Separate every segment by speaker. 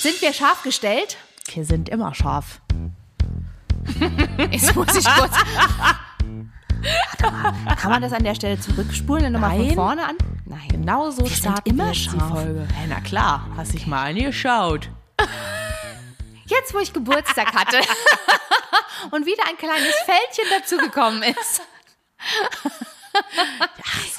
Speaker 1: Sind wir scharf gestellt?
Speaker 2: Wir sind immer scharf.
Speaker 1: Jetzt muss ich kurz. Kann man das an der Stelle zurückspulen und nochmal von
Speaker 2: Nein.
Speaker 1: vorne an? Nein.
Speaker 2: Genau so starten
Speaker 1: immer
Speaker 2: wir jetzt die
Speaker 1: scharf.
Speaker 2: Folge. Hey, na klar, hast dich mal angeschaut.
Speaker 1: Jetzt, wo ich Geburtstag hatte und wieder ein kleines Fältchen dazugekommen ist.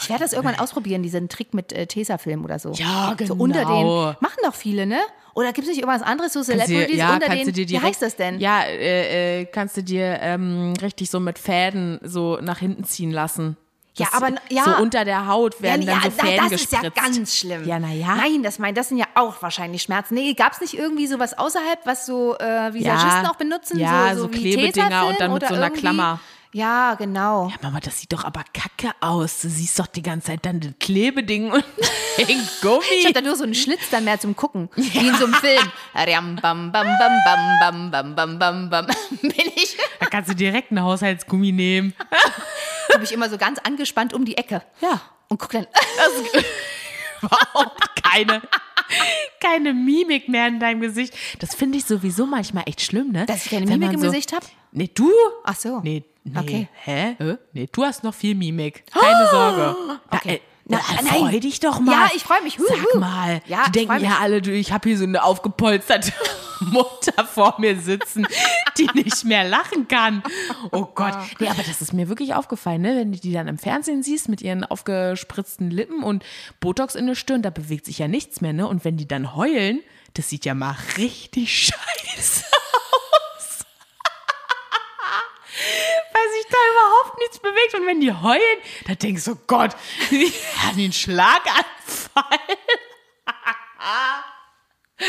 Speaker 1: Ich werde das irgendwann ausprobieren, diesen Trick mit äh, Tesafilm oder so.
Speaker 2: Ja,
Speaker 1: So unter den.
Speaker 2: genau.
Speaker 1: Machen doch viele, ne? Oder gibt es nicht irgendwas anderes, so
Speaker 2: Kannst du dir-
Speaker 1: Celebrities unter
Speaker 2: kannst
Speaker 1: den.
Speaker 2: du dir
Speaker 1: Wie
Speaker 2: direkt-
Speaker 1: heißt das denn?
Speaker 2: Ja, äh, äh, kannst du dir ähm, richtig so mit Fäden so nach hinten ziehen lassen.
Speaker 1: Ja,
Speaker 2: Das-
Speaker 1: aber n- ja.
Speaker 2: So unter der Haut werden
Speaker 1: Äh, ja,
Speaker 2: dann so
Speaker 1: na,
Speaker 2: Fäden
Speaker 1: das ist
Speaker 2: gespritzt.
Speaker 1: ja ganz schlimm.
Speaker 2: Ja, na ja.
Speaker 1: Nein, das mein, das sind ja auch wahrscheinlich Schmerzen. Nee, gab es nicht irgendwie sowas außerhalb, was so äh, Visagisten auch benutzen?
Speaker 2: Ja,
Speaker 1: so,
Speaker 2: so
Speaker 1: wie
Speaker 2: Klebedinger und
Speaker 1: Tesafilm
Speaker 2: dann mit
Speaker 1: oder
Speaker 2: so einer
Speaker 1: irgendwie?
Speaker 2: Klammer.
Speaker 1: Ja, genau.
Speaker 2: Mama, das sieht doch aber kacke aus. Du siehst doch die ganze Zeit dann das Klebeding und den Gummi.
Speaker 1: Ich hab da nur so einen Schlitz dann mehr zum Gucken, wie in so einem Film. Riam, bam, bam, bam, bam, bam, bam, bam, bam, bam. Bin ich,
Speaker 2: Da kannst du direkt einen Haushaltsgummi nehmen.
Speaker 1: komme ich immer so ganz angespannt um die Ecke
Speaker 2: Ja.
Speaker 1: und guck dann.
Speaker 2: Überhaupt keine, keine Mimik mehr in deinem Gesicht. Das finde ich sowieso manchmal echt schlimm, ne?
Speaker 1: Dass ich keine
Speaker 2: Wenn
Speaker 1: Mimik
Speaker 2: man
Speaker 1: im
Speaker 2: so,
Speaker 1: Gesicht hab?
Speaker 2: Nee, du?
Speaker 1: Ach so.
Speaker 2: Nee, nee.
Speaker 1: Oh. Okay. Oh.
Speaker 2: Hä? Hä? Nee, du hast noch viel Mimik. Keine Sorge. Da,
Speaker 1: Okay.
Speaker 2: äh, Na,
Speaker 1: Na, ah, nein.
Speaker 2: freu dich doch mal.
Speaker 1: Ja, ich freu mich. Huh,
Speaker 2: Sag
Speaker 1: huh.
Speaker 2: mal.
Speaker 1: Ja,
Speaker 2: die
Speaker 1: ich
Speaker 2: denken
Speaker 1: freu mich.
Speaker 2: ja alle, du, ich habe hier so eine aufgepolsterte Mutter vor mir sitzen, die nicht mehr lachen kann. Oh Gott. Nee, aber das ist mir wirklich aufgefallen, ne? wenn du die dann im Fernsehen siehst mit ihren aufgespritzten Lippen und Botox in der Stirn, da bewegt sich ja nichts mehr. Ne? Und wenn die dann heulen, das sieht ja mal richtig scheiße weil sich da überhaupt nichts bewegt. Und wenn die heulen, da denkst du, oh Gott, die haben den Schlaganfall.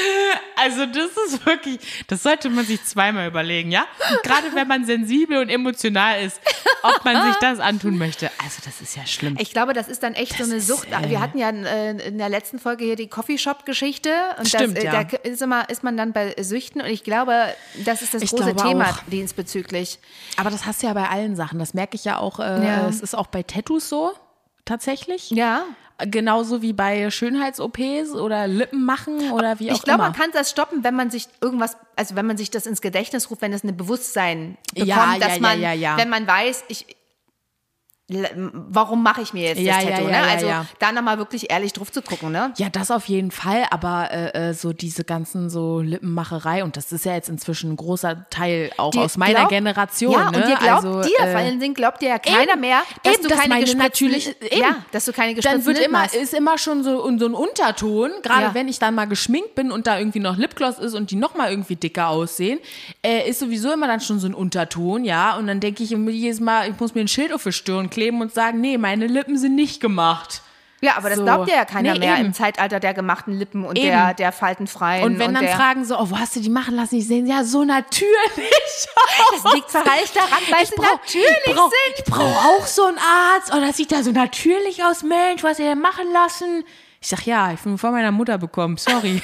Speaker 2: Also das ist wirklich, das sollte man sich zweimal überlegen, ja? Und gerade wenn man sensibel und emotional ist, ob man sich das antun möchte. Also das ist ja schlimm.
Speaker 1: Ich glaube, das ist dann echt so eine
Speaker 2: ist,
Speaker 1: Sucht.
Speaker 2: äh,
Speaker 1: Wir hatten ja äh, in der letzten Folge hier die Coffeeshop-Geschichte. Und
Speaker 2: Stimmt,
Speaker 1: das, äh,
Speaker 2: ja.
Speaker 1: Da ist, immer, ist man dann bei Süchten. Und ich glaube, das ist das
Speaker 2: Ich
Speaker 1: große
Speaker 2: glaube
Speaker 1: Thema
Speaker 2: auch.
Speaker 1: diesbezüglich.
Speaker 2: Aber das hast du ja bei allen Sachen. Das merke ich ja auch. Äh,
Speaker 1: Ja.
Speaker 2: Es ist auch bei Tattoos so, tatsächlich.
Speaker 1: Ja.
Speaker 2: Genauso wie bei Schönheits-OPs oder Lippen machen oder wie auch
Speaker 1: Ich glaube,
Speaker 2: immer.
Speaker 1: man kann das stoppen, wenn man sich irgendwas, also wenn man sich das ins Gedächtnis ruft, wenn das ein Bewusstsein bekommt,
Speaker 2: Ja, ja,
Speaker 1: dass
Speaker 2: ja,
Speaker 1: man,
Speaker 2: ja, ja.
Speaker 1: wenn man weiß, ich, l- warum mache ich mir jetzt
Speaker 2: Ja,
Speaker 1: das
Speaker 2: ja,
Speaker 1: Tattoo?
Speaker 2: ja,
Speaker 1: ne?
Speaker 2: ja,
Speaker 1: Also
Speaker 2: ja.
Speaker 1: da nochmal wirklich ehrlich drauf zu gucken, ne?
Speaker 2: Ja, das auf jeden Fall, aber äh, äh, so diese ganzen so Lippenmacherei und das ist ja jetzt inzwischen ein großer Teil auch
Speaker 1: Dir
Speaker 2: aus meiner
Speaker 1: glaubt-
Speaker 2: Generation.
Speaker 1: Ja,
Speaker 2: ne?
Speaker 1: und dir glaubt,
Speaker 2: also,
Speaker 1: dir
Speaker 2: äh,
Speaker 1: vor allen Dingen glaubt dir ja keiner
Speaker 2: eben,
Speaker 1: mehr, dass
Speaker 2: eben,
Speaker 1: du
Speaker 2: das
Speaker 1: keine
Speaker 2: meine ich
Speaker 1: gespritzten,
Speaker 2: natürlich, eben.
Speaker 1: ja, dass du keine gespritzten
Speaker 2: dann wird
Speaker 1: Lippen
Speaker 2: immer,
Speaker 1: hast.
Speaker 2: ist immer schon so, un- so ein Unterton, gerade
Speaker 1: Ja.
Speaker 2: wenn ich dann mal geschminkt bin und da irgendwie noch Lipgloss ist und die nochmal irgendwie dicker aussehen, äh, ist sowieso immer dann schon so ein Unterton, ja. Und dann denke ich immer jedes Mal, ich muss mir ein Schild auf die Stirn kleben und sagen, nee, meine Lippen sind nicht gemacht.
Speaker 1: Ja, aber das
Speaker 2: So.
Speaker 1: glaubt dir ja keiner
Speaker 2: Nee,
Speaker 1: mehr
Speaker 2: eben.
Speaker 1: im Zeitalter der gemachten Lippen und
Speaker 2: Eben.
Speaker 1: der, der faltenfreien.
Speaker 2: Und wenn dann
Speaker 1: der,
Speaker 2: fragen so, oh, wo hast du die machen lassen? Ich sehe, ja, so natürlich.
Speaker 1: Das liegt vielleicht daran, weil sie
Speaker 2: ich
Speaker 1: natürlich
Speaker 2: brauch,
Speaker 1: sind.
Speaker 2: Ich brauche auch so einen Arzt. Oh, das sieht ja so natürlich aus, Mensch. Was hat er denn machen lassen? Ich sag, ja, ich bin von meiner Mutter bekommen. Sorry.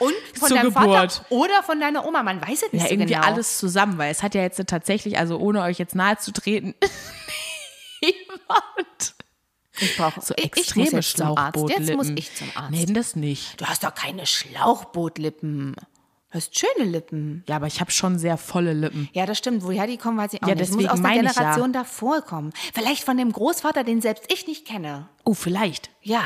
Speaker 1: Und von
Speaker 2: Zur
Speaker 1: deinem
Speaker 2: Geburt.
Speaker 1: Vater oder von deiner Oma. Man weiß es nicht
Speaker 2: ja,
Speaker 1: so
Speaker 2: irgendwie
Speaker 1: genau.
Speaker 2: alles zusammen, weil es hat ja jetzt tatsächlich, also ohne euch jetzt nahe zu treten, niemand.
Speaker 1: Ich brauche so
Speaker 2: Ich, ich
Speaker 1: muss
Speaker 2: muss
Speaker 1: jetzt zum Arzt. Jetzt muss ich zum Arzt.
Speaker 2: Nee, das nicht.
Speaker 1: Du hast doch keine Schlauchbootlippen. Du hast schöne Lippen.
Speaker 2: Ja, aber ich habe schon sehr volle Lippen.
Speaker 1: Ja, das stimmt. Woher die kommen, weiß ich auch
Speaker 2: Ja,
Speaker 1: nicht. Das muss
Speaker 2: deswegen
Speaker 1: aus der
Speaker 2: meine ich ja.
Speaker 1: Generation davor kommen. Vielleicht von dem Großvater, den selbst ich nicht kenne.
Speaker 2: Oh, vielleicht.
Speaker 1: Ja.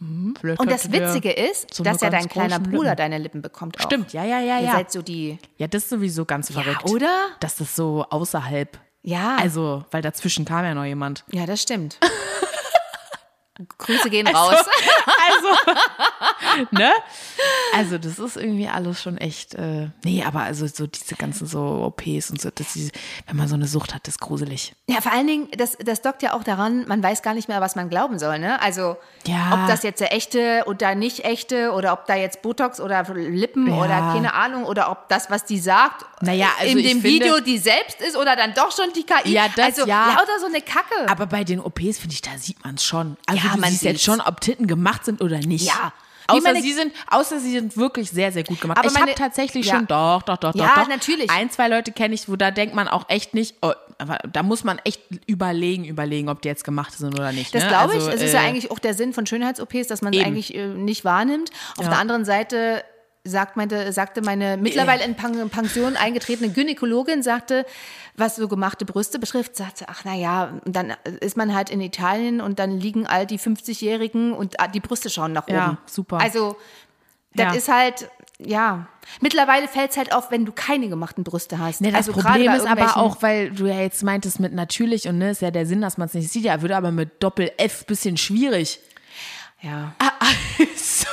Speaker 2: Hm? vielleicht
Speaker 1: Und das
Speaker 2: könnte der-
Speaker 1: Witzige ist,
Speaker 2: so eine
Speaker 1: dass ja dein
Speaker 2: ganz
Speaker 1: kleiner
Speaker 2: großen
Speaker 1: Bruder
Speaker 2: Lippen.
Speaker 1: deine Lippen bekommt auch.
Speaker 2: Stimmt, ja, ja, ja,
Speaker 1: Ihr
Speaker 2: ja.
Speaker 1: seid so die,
Speaker 2: Ja, das ist sowieso ganz verrückt.
Speaker 1: oder?
Speaker 2: Dass das so außerhalb.
Speaker 1: ja.
Speaker 2: Also, weil dazwischen kam ja noch jemand.
Speaker 1: Ja, das stimmt. Grüße gehen
Speaker 2: Also
Speaker 1: raus.
Speaker 2: Ne? Also, das ist irgendwie alles schon echt. Äh, nee, aber also so diese ganzen so OPs und so, dass diese, wenn man so eine Sucht hat, das ist gruselig.
Speaker 1: Ja, vor allen Dingen, das, das dockt ja auch daran, man weiß gar nicht mehr, was man glauben soll, ne? Also,
Speaker 2: Ja.
Speaker 1: ob das jetzt der echte oder nicht echte oder ob da jetzt Botox oder Lippen
Speaker 2: Ja.
Speaker 1: oder keine Ahnung oder ob das, was die sagt,
Speaker 2: Naja, also
Speaker 1: in
Speaker 2: ich
Speaker 1: dem
Speaker 2: finde-
Speaker 1: Video die selbst ist oder dann doch schon die KI.
Speaker 2: Ja, das
Speaker 1: also,
Speaker 2: ja.
Speaker 1: lauter so eine Kacke.
Speaker 2: Aber bei den OPs, finde ich, da sieht man es schon. Also,
Speaker 1: Ja,
Speaker 2: du
Speaker 1: man
Speaker 2: siehst jetzt
Speaker 1: sieht's.
Speaker 2: schon, ob Titten gemacht sind oder nicht.
Speaker 1: Ja. Wie
Speaker 2: Außer
Speaker 1: meine-
Speaker 2: sie, sind, außer sie sind wirklich sehr, sehr gut gemacht.
Speaker 1: Aber
Speaker 2: ich habe
Speaker 1: meine-
Speaker 2: tatsächlich
Speaker 1: Ja.
Speaker 2: schon, doch, doch, doch,
Speaker 1: Ja,
Speaker 2: doch, doch.
Speaker 1: natürlich.
Speaker 2: Ein, zwei Leute kenne ich, wo da denkt man auch echt nicht, oh, aber da muss man echt überlegen, überlegen, ob die jetzt gemacht sind oder nicht.
Speaker 1: Das
Speaker 2: ne?
Speaker 1: glaube
Speaker 2: Also,
Speaker 1: ich. Es ist ja
Speaker 2: äh,
Speaker 1: eigentlich auch der Sinn von Schönheits-OPs, dass man es
Speaker 2: eben.
Speaker 1: eigentlich äh, nicht wahrnimmt. Auf
Speaker 2: Ja.
Speaker 1: der anderen Seite sagt meinte, sagte meine mittlerweile in Pan- Pension eingetretene Gynäkologin, sagte, was so gemachte Brüste betrifft, sagte, ach na ja, und dann ist man halt in Italien und dann liegen all die 50-Jährigen und ah, die Brüste schauen nach oben.
Speaker 2: Ja, super.
Speaker 1: Also, das
Speaker 2: Ja.
Speaker 1: ist halt, ja. Mittlerweile fällt es halt auf, wenn du keine gemachten Brüste hast.
Speaker 2: Nee, das
Speaker 1: also gerade
Speaker 2: Problem
Speaker 1: bei
Speaker 2: ist aber
Speaker 1: irgendwelchen-
Speaker 2: auch, weil du ja jetzt meintest mit natürlich und ne, ist ja der Sinn, dass man es nicht sieht. Ja, würde aber mit Doppel-F bisschen schwierig.
Speaker 1: Ja.
Speaker 2: so,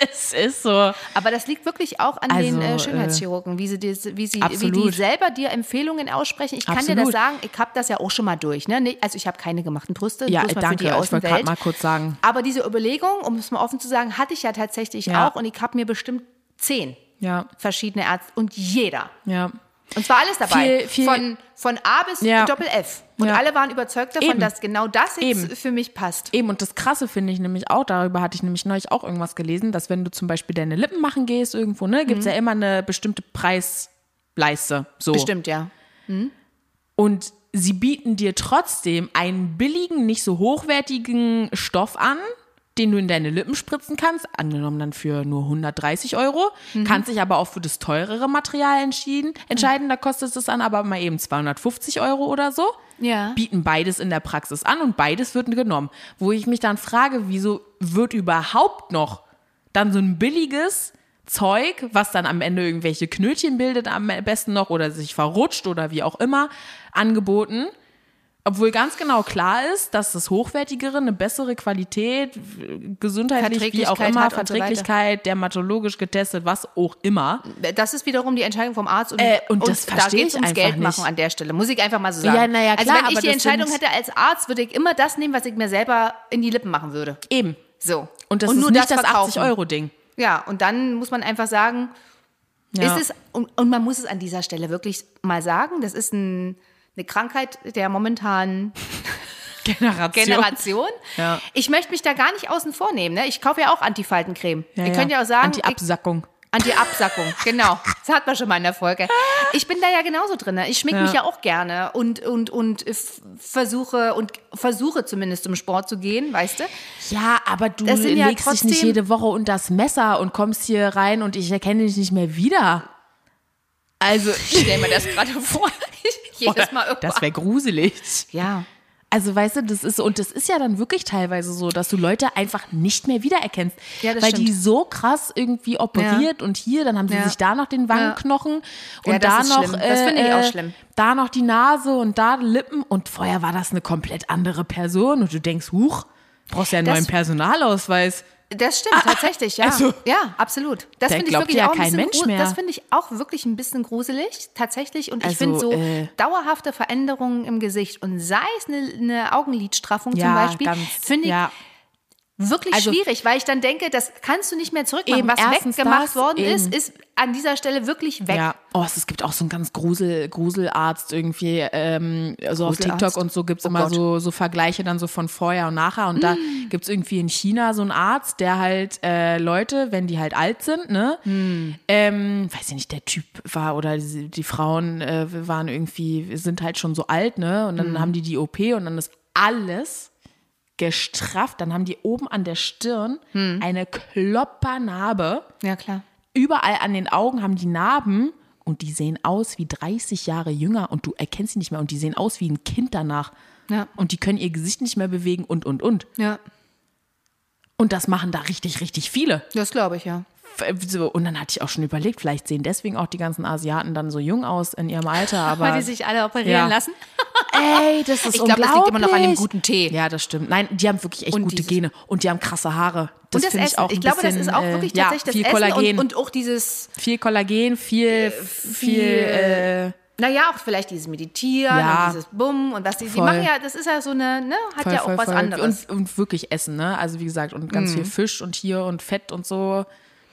Speaker 2: das ist so.
Speaker 1: Aber das liegt wirklich auch an
Speaker 2: Also,
Speaker 1: den
Speaker 2: äh,
Speaker 1: äh, Schönheitschirurgen, wie sie, dies- wie, sie wie die
Speaker 2: absolut.
Speaker 1: selber dir Empfehlungen aussprechen. Ich kann dir das
Speaker 2: Absolut.
Speaker 1: sagen, ich habe das ja auch schon mal durch. Ne? Nee, Also ich habe keine gemachten Brüste.
Speaker 2: Ja,
Speaker 1: bloß mal
Speaker 2: danke,
Speaker 1: Für die
Speaker 2: ich wollte gerade
Speaker 1: Außenwelt.
Speaker 2: mal kurz sagen.
Speaker 1: Aber diese Überlegung, um es mal offen zu sagen, hatte ich ja tatsächlich
Speaker 2: Ja.
Speaker 1: auch und ich habe mir bestimmt zehn
Speaker 2: Ja,
Speaker 1: verschiedene Ärzte und jeder.
Speaker 2: ja.
Speaker 1: Und zwar alles dabei.
Speaker 2: Viel- viel-
Speaker 1: von, von A bis
Speaker 2: Ja.
Speaker 1: Doppel-F. Und
Speaker 2: Ja.
Speaker 1: alle waren überzeugt davon,
Speaker 2: Eben.
Speaker 1: dass genau das jetzt
Speaker 2: Eben.
Speaker 1: für mich passt.
Speaker 2: Eben, und das Krasse finde ich nämlich auch, darüber hatte ich nämlich neulich auch irgendwas gelesen, dass wenn du zum Beispiel deine Lippen machen gehst irgendwo, ne, gibt es ja immer eine bestimmte Preisleiste. So.
Speaker 1: Bestimmt, ja.
Speaker 2: Und sie bieten dir trotzdem einen billigen, nicht so hochwertigen Stoff an, den du in deine Lippen spritzen kannst, angenommen dann für nur 130 Euro, kannst dich aber auch für das teurere Material entschieden, entscheiden, da kostet es dann aber mal eben 250 Euro oder so.
Speaker 1: Ja.
Speaker 2: Bieten beides in der Praxis an und beides wird genommen. Wo ich mich dann frage, wieso wird überhaupt noch dann so ein billiges Zeug, was dann am Ende irgendwelche Knötchen bildet, am besten noch oder sich verrutscht oder wie auch immer, angeboten. Obwohl ganz genau klar ist, dass das Hochwertigere eine bessere Qualität, w- gesundheitlich, wie auch
Speaker 1: Verträglichkeit
Speaker 2: immer,
Speaker 1: hat und so weiter.
Speaker 2: Verträglichkeit, dermatologisch getestet, was auch immer.
Speaker 1: Das ist wiederum die Entscheidung vom Arzt und,
Speaker 2: Äh, und das
Speaker 1: da
Speaker 2: verstehe
Speaker 1: geht's
Speaker 2: ich
Speaker 1: ums
Speaker 2: einfach
Speaker 1: Geld machen
Speaker 2: nicht.
Speaker 1: an der Stelle. Muss ich einfach mal so sagen.
Speaker 2: Ja, na ja,
Speaker 1: also wenn
Speaker 2: klar,
Speaker 1: ich
Speaker 2: aber
Speaker 1: die
Speaker 2: das
Speaker 1: Entscheidung
Speaker 2: sind-
Speaker 1: hätte als Arzt, würde ich immer das nehmen, was ich mir selber in die Lippen machen würde.
Speaker 2: Eben.
Speaker 1: So.
Speaker 2: Und das ist nicht das,
Speaker 1: verkaufen.
Speaker 2: 80-Euro-Ding.
Speaker 1: Ja, und dann muss man einfach sagen,
Speaker 2: Ja.
Speaker 1: ist es, und, und man muss es an dieser Stelle wirklich mal sagen, das ist ein, eine Krankheit der momentanen
Speaker 2: Generation.
Speaker 1: Generation.
Speaker 2: Ja.
Speaker 1: Ich möchte mich da gar nicht außen vor nehmen. Ne? Ich kaufe ja auch Antifaltencreme. Ihr könnt ja auch sagen, ich,
Speaker 2: Anti-Absackung.
Speaker 1: Anti-Absackung, genau. Das hat man schon mal in der Folge. Ich bin da ja genauso drin. ne? Ich schmink mich ja auch gerne und, und, und f- versuche und versuche zumindest zum Sport zu gehen, weißt du?
Speaker 2: Ja, aber du
Speaker 1: Das sind ja
Speaker 2: legst dich nicht
Speaker 1: trotzdem-
Speaker 2: jede Woche unter das Messer und kommst hier rein und ich erkenne dich nicht mehr wieder. Also,
Speaker 1: Ich stell mir das gerade vor. Ich- Jedes Mal irgendwo.
Speaker 2: das wäre gruselig.
Speaker 1: ja.
Speaker 2: Also, weißt du, das ist, und das ist ja dann wirklich teilweise so, dass du Leute einfach nicht mehr wiedererkennst.
Speaker 1: Ja, das
Speaker 2: weil die
Speaker 1: stimmt.
Speaker 2: so krass irgendwie operiert und hier, dann haben sie
Speaker 1: Ja.
Speaker 2: sich da noch den Wangenknochen und
Speaker 1: Ja, das
Speaker 2: da
Speaker 1: ist
Speaker 2: noch. äh,
Speaker 1: schlimm. Das finde ich auch schlimm.
Speaker 2: Da noch die Nase und da Lippen und vorher war das eine komplett andere Person und du denkst, huch, brauchst ja einen
Speaker 1: Das-
Speaker 2: neuen Personalausweis.
Speaker 1: Das stimmt, tatsächlich, ja.
Speaker 2: Ah, also-
Speaker 1: ja, absolut. Das
Speaker 2: Da
Speaker 1: finde ich
Speaker 2: glaubt
Speaker 1: wirklich
Speaker 2: ja
Speaker 1: auch ein
Speaker 2: kein
Speaker 1: bisschen
Speaker 2: Mensch
Speaker 1: gru-
Speaker 2: mehr.
Speaker 1: Das finde ich auch wirklich ein bisschen gruselig, tatsächlich. Und ich
Speaker 2: Also,
Speaker 1: finde so
Speaker 2: äh,
Speaker 1: dauerhafte Veränderungen im Gesicht und sei es eine, eine Augenlidstraffung
Speaker 2: Ja,
Speaker 1: zum Beispiel,
Speaker 2: ganz,
Speaker 1: finde ich
Speaker 2: ja.
Speaker 1: wirklich
Speaker 2: Also-
Speaker 1: schwierig, weil ich dann denke, das kannst du nicht mehr zurückmachen.
Speaker 2: Eben,
Speaker 1: Was
Speaker 2: erstens
Speaker 1: weggemacht
Speaker 2: das,
Speaker 1: worden
Speaker 2: eben.
Speaker 1: ist, ist an dieser Stelle wirklich weg.
Speaker 2: Ja. Oh, es, es gibt auch so einen ganz Grusel, Gruselarzt irgendwie, ähm, so auf
Speaker 1: Gruselarzt?
Speaker 2: TikTok und so gibt es
Speaker 1: Oh
Speaker 2: immer
Speaker 1: Gott. Mm.
Speaker 2: so, so Vergleiche dann so von vorher und nachher. Und da gibt es irgendwie in China so einen Arzt, der halt äh, Leute, wenn die halt alt sind, ne?
Speaker 1: Mm.
Speaker 2: Ähm, weiß ich nicht, der Typ war oder die, die Frauen äh, waren irgendwie, sind halt schon so alt, ne? Und dann
Speaker 1: Mm.
Speaker 2: haben die die OP und dann ist alles gestrafft. Dann haben die oben an der Stirn
Speaker 1: Mm.
Speaker 2: eine Kloppernarbe
Speaker 1: ja klar.
Speaker 2: überall an den Augen haben die Narben und die sehen aus wie 30 Jahre jünger und du erkennst sie nicht mehr und die sehen aus wie ein Kind danach.
Speaker 1: Ja.
Speaker 2: Und die können ihr Gesicht nicht mehr bewegen und, und, und.
Speaker 1: Ja,
Speaker 2: Und das machen da richtig, richtig viele.
Speaker 1: das glaube ich, ja.
Speaker 2: F- so, Und dann hatte ich auch schon überlegt, vielleicht sehen deswegen auch die ganzen Asiaten dann so jung aus in ihrem Alter. Aber
Speaker 1: Weil die sich alle operieren
Speaker 2: Ja.
Speaker 1: lassen.
Speaker 2: Ey, das ist
Speaker 1: Ich glaube, das liegt immer noch an dem
Speaker 2: unglaublich.
Speaker 1: guten Tee.
Speaker 2: Ja, das stimmt. Nein, die haben wirklich echt
Speaker 1: Und
Speaker 2: gute
Speaker 1: dieses-
Speaker 2: Gene und die haben krasse Haare. Das,
Speaker 1: und das
Speaker 2: finde
Speaker 1: Essen.
Speaker 2: ich auch ein
Speaker 1: glaube,
Speaker 2: bisschen,
Speaker 1: das ist auch
Speaker 2: äh,
Speaker 1: wirklich
Speaker 2: ja,
Speaker 1: tatsächlich
Speaker 2: viel
Speaker 1: das
Speaker 2: Kollagen,
Speaker 1: Essen und, und auch dieses
Speaker 2: viel Kollagen, viel, viel, äh,
Speaker 1: Naja, auch vielleicht dieses Meditieren
Speaker 2: Ja.
Speaker 1: und dieses Bumm und was die, die
Speaker 2: Voll.
Speaker 1: machen ja, das ist ja so eine, ne, hat ja auch was anderes. Mhm.
Speaker 2: Und, und wirklich essen, ne? Also wie gesagt, und ganz viel Fisch und hier und Fett und so.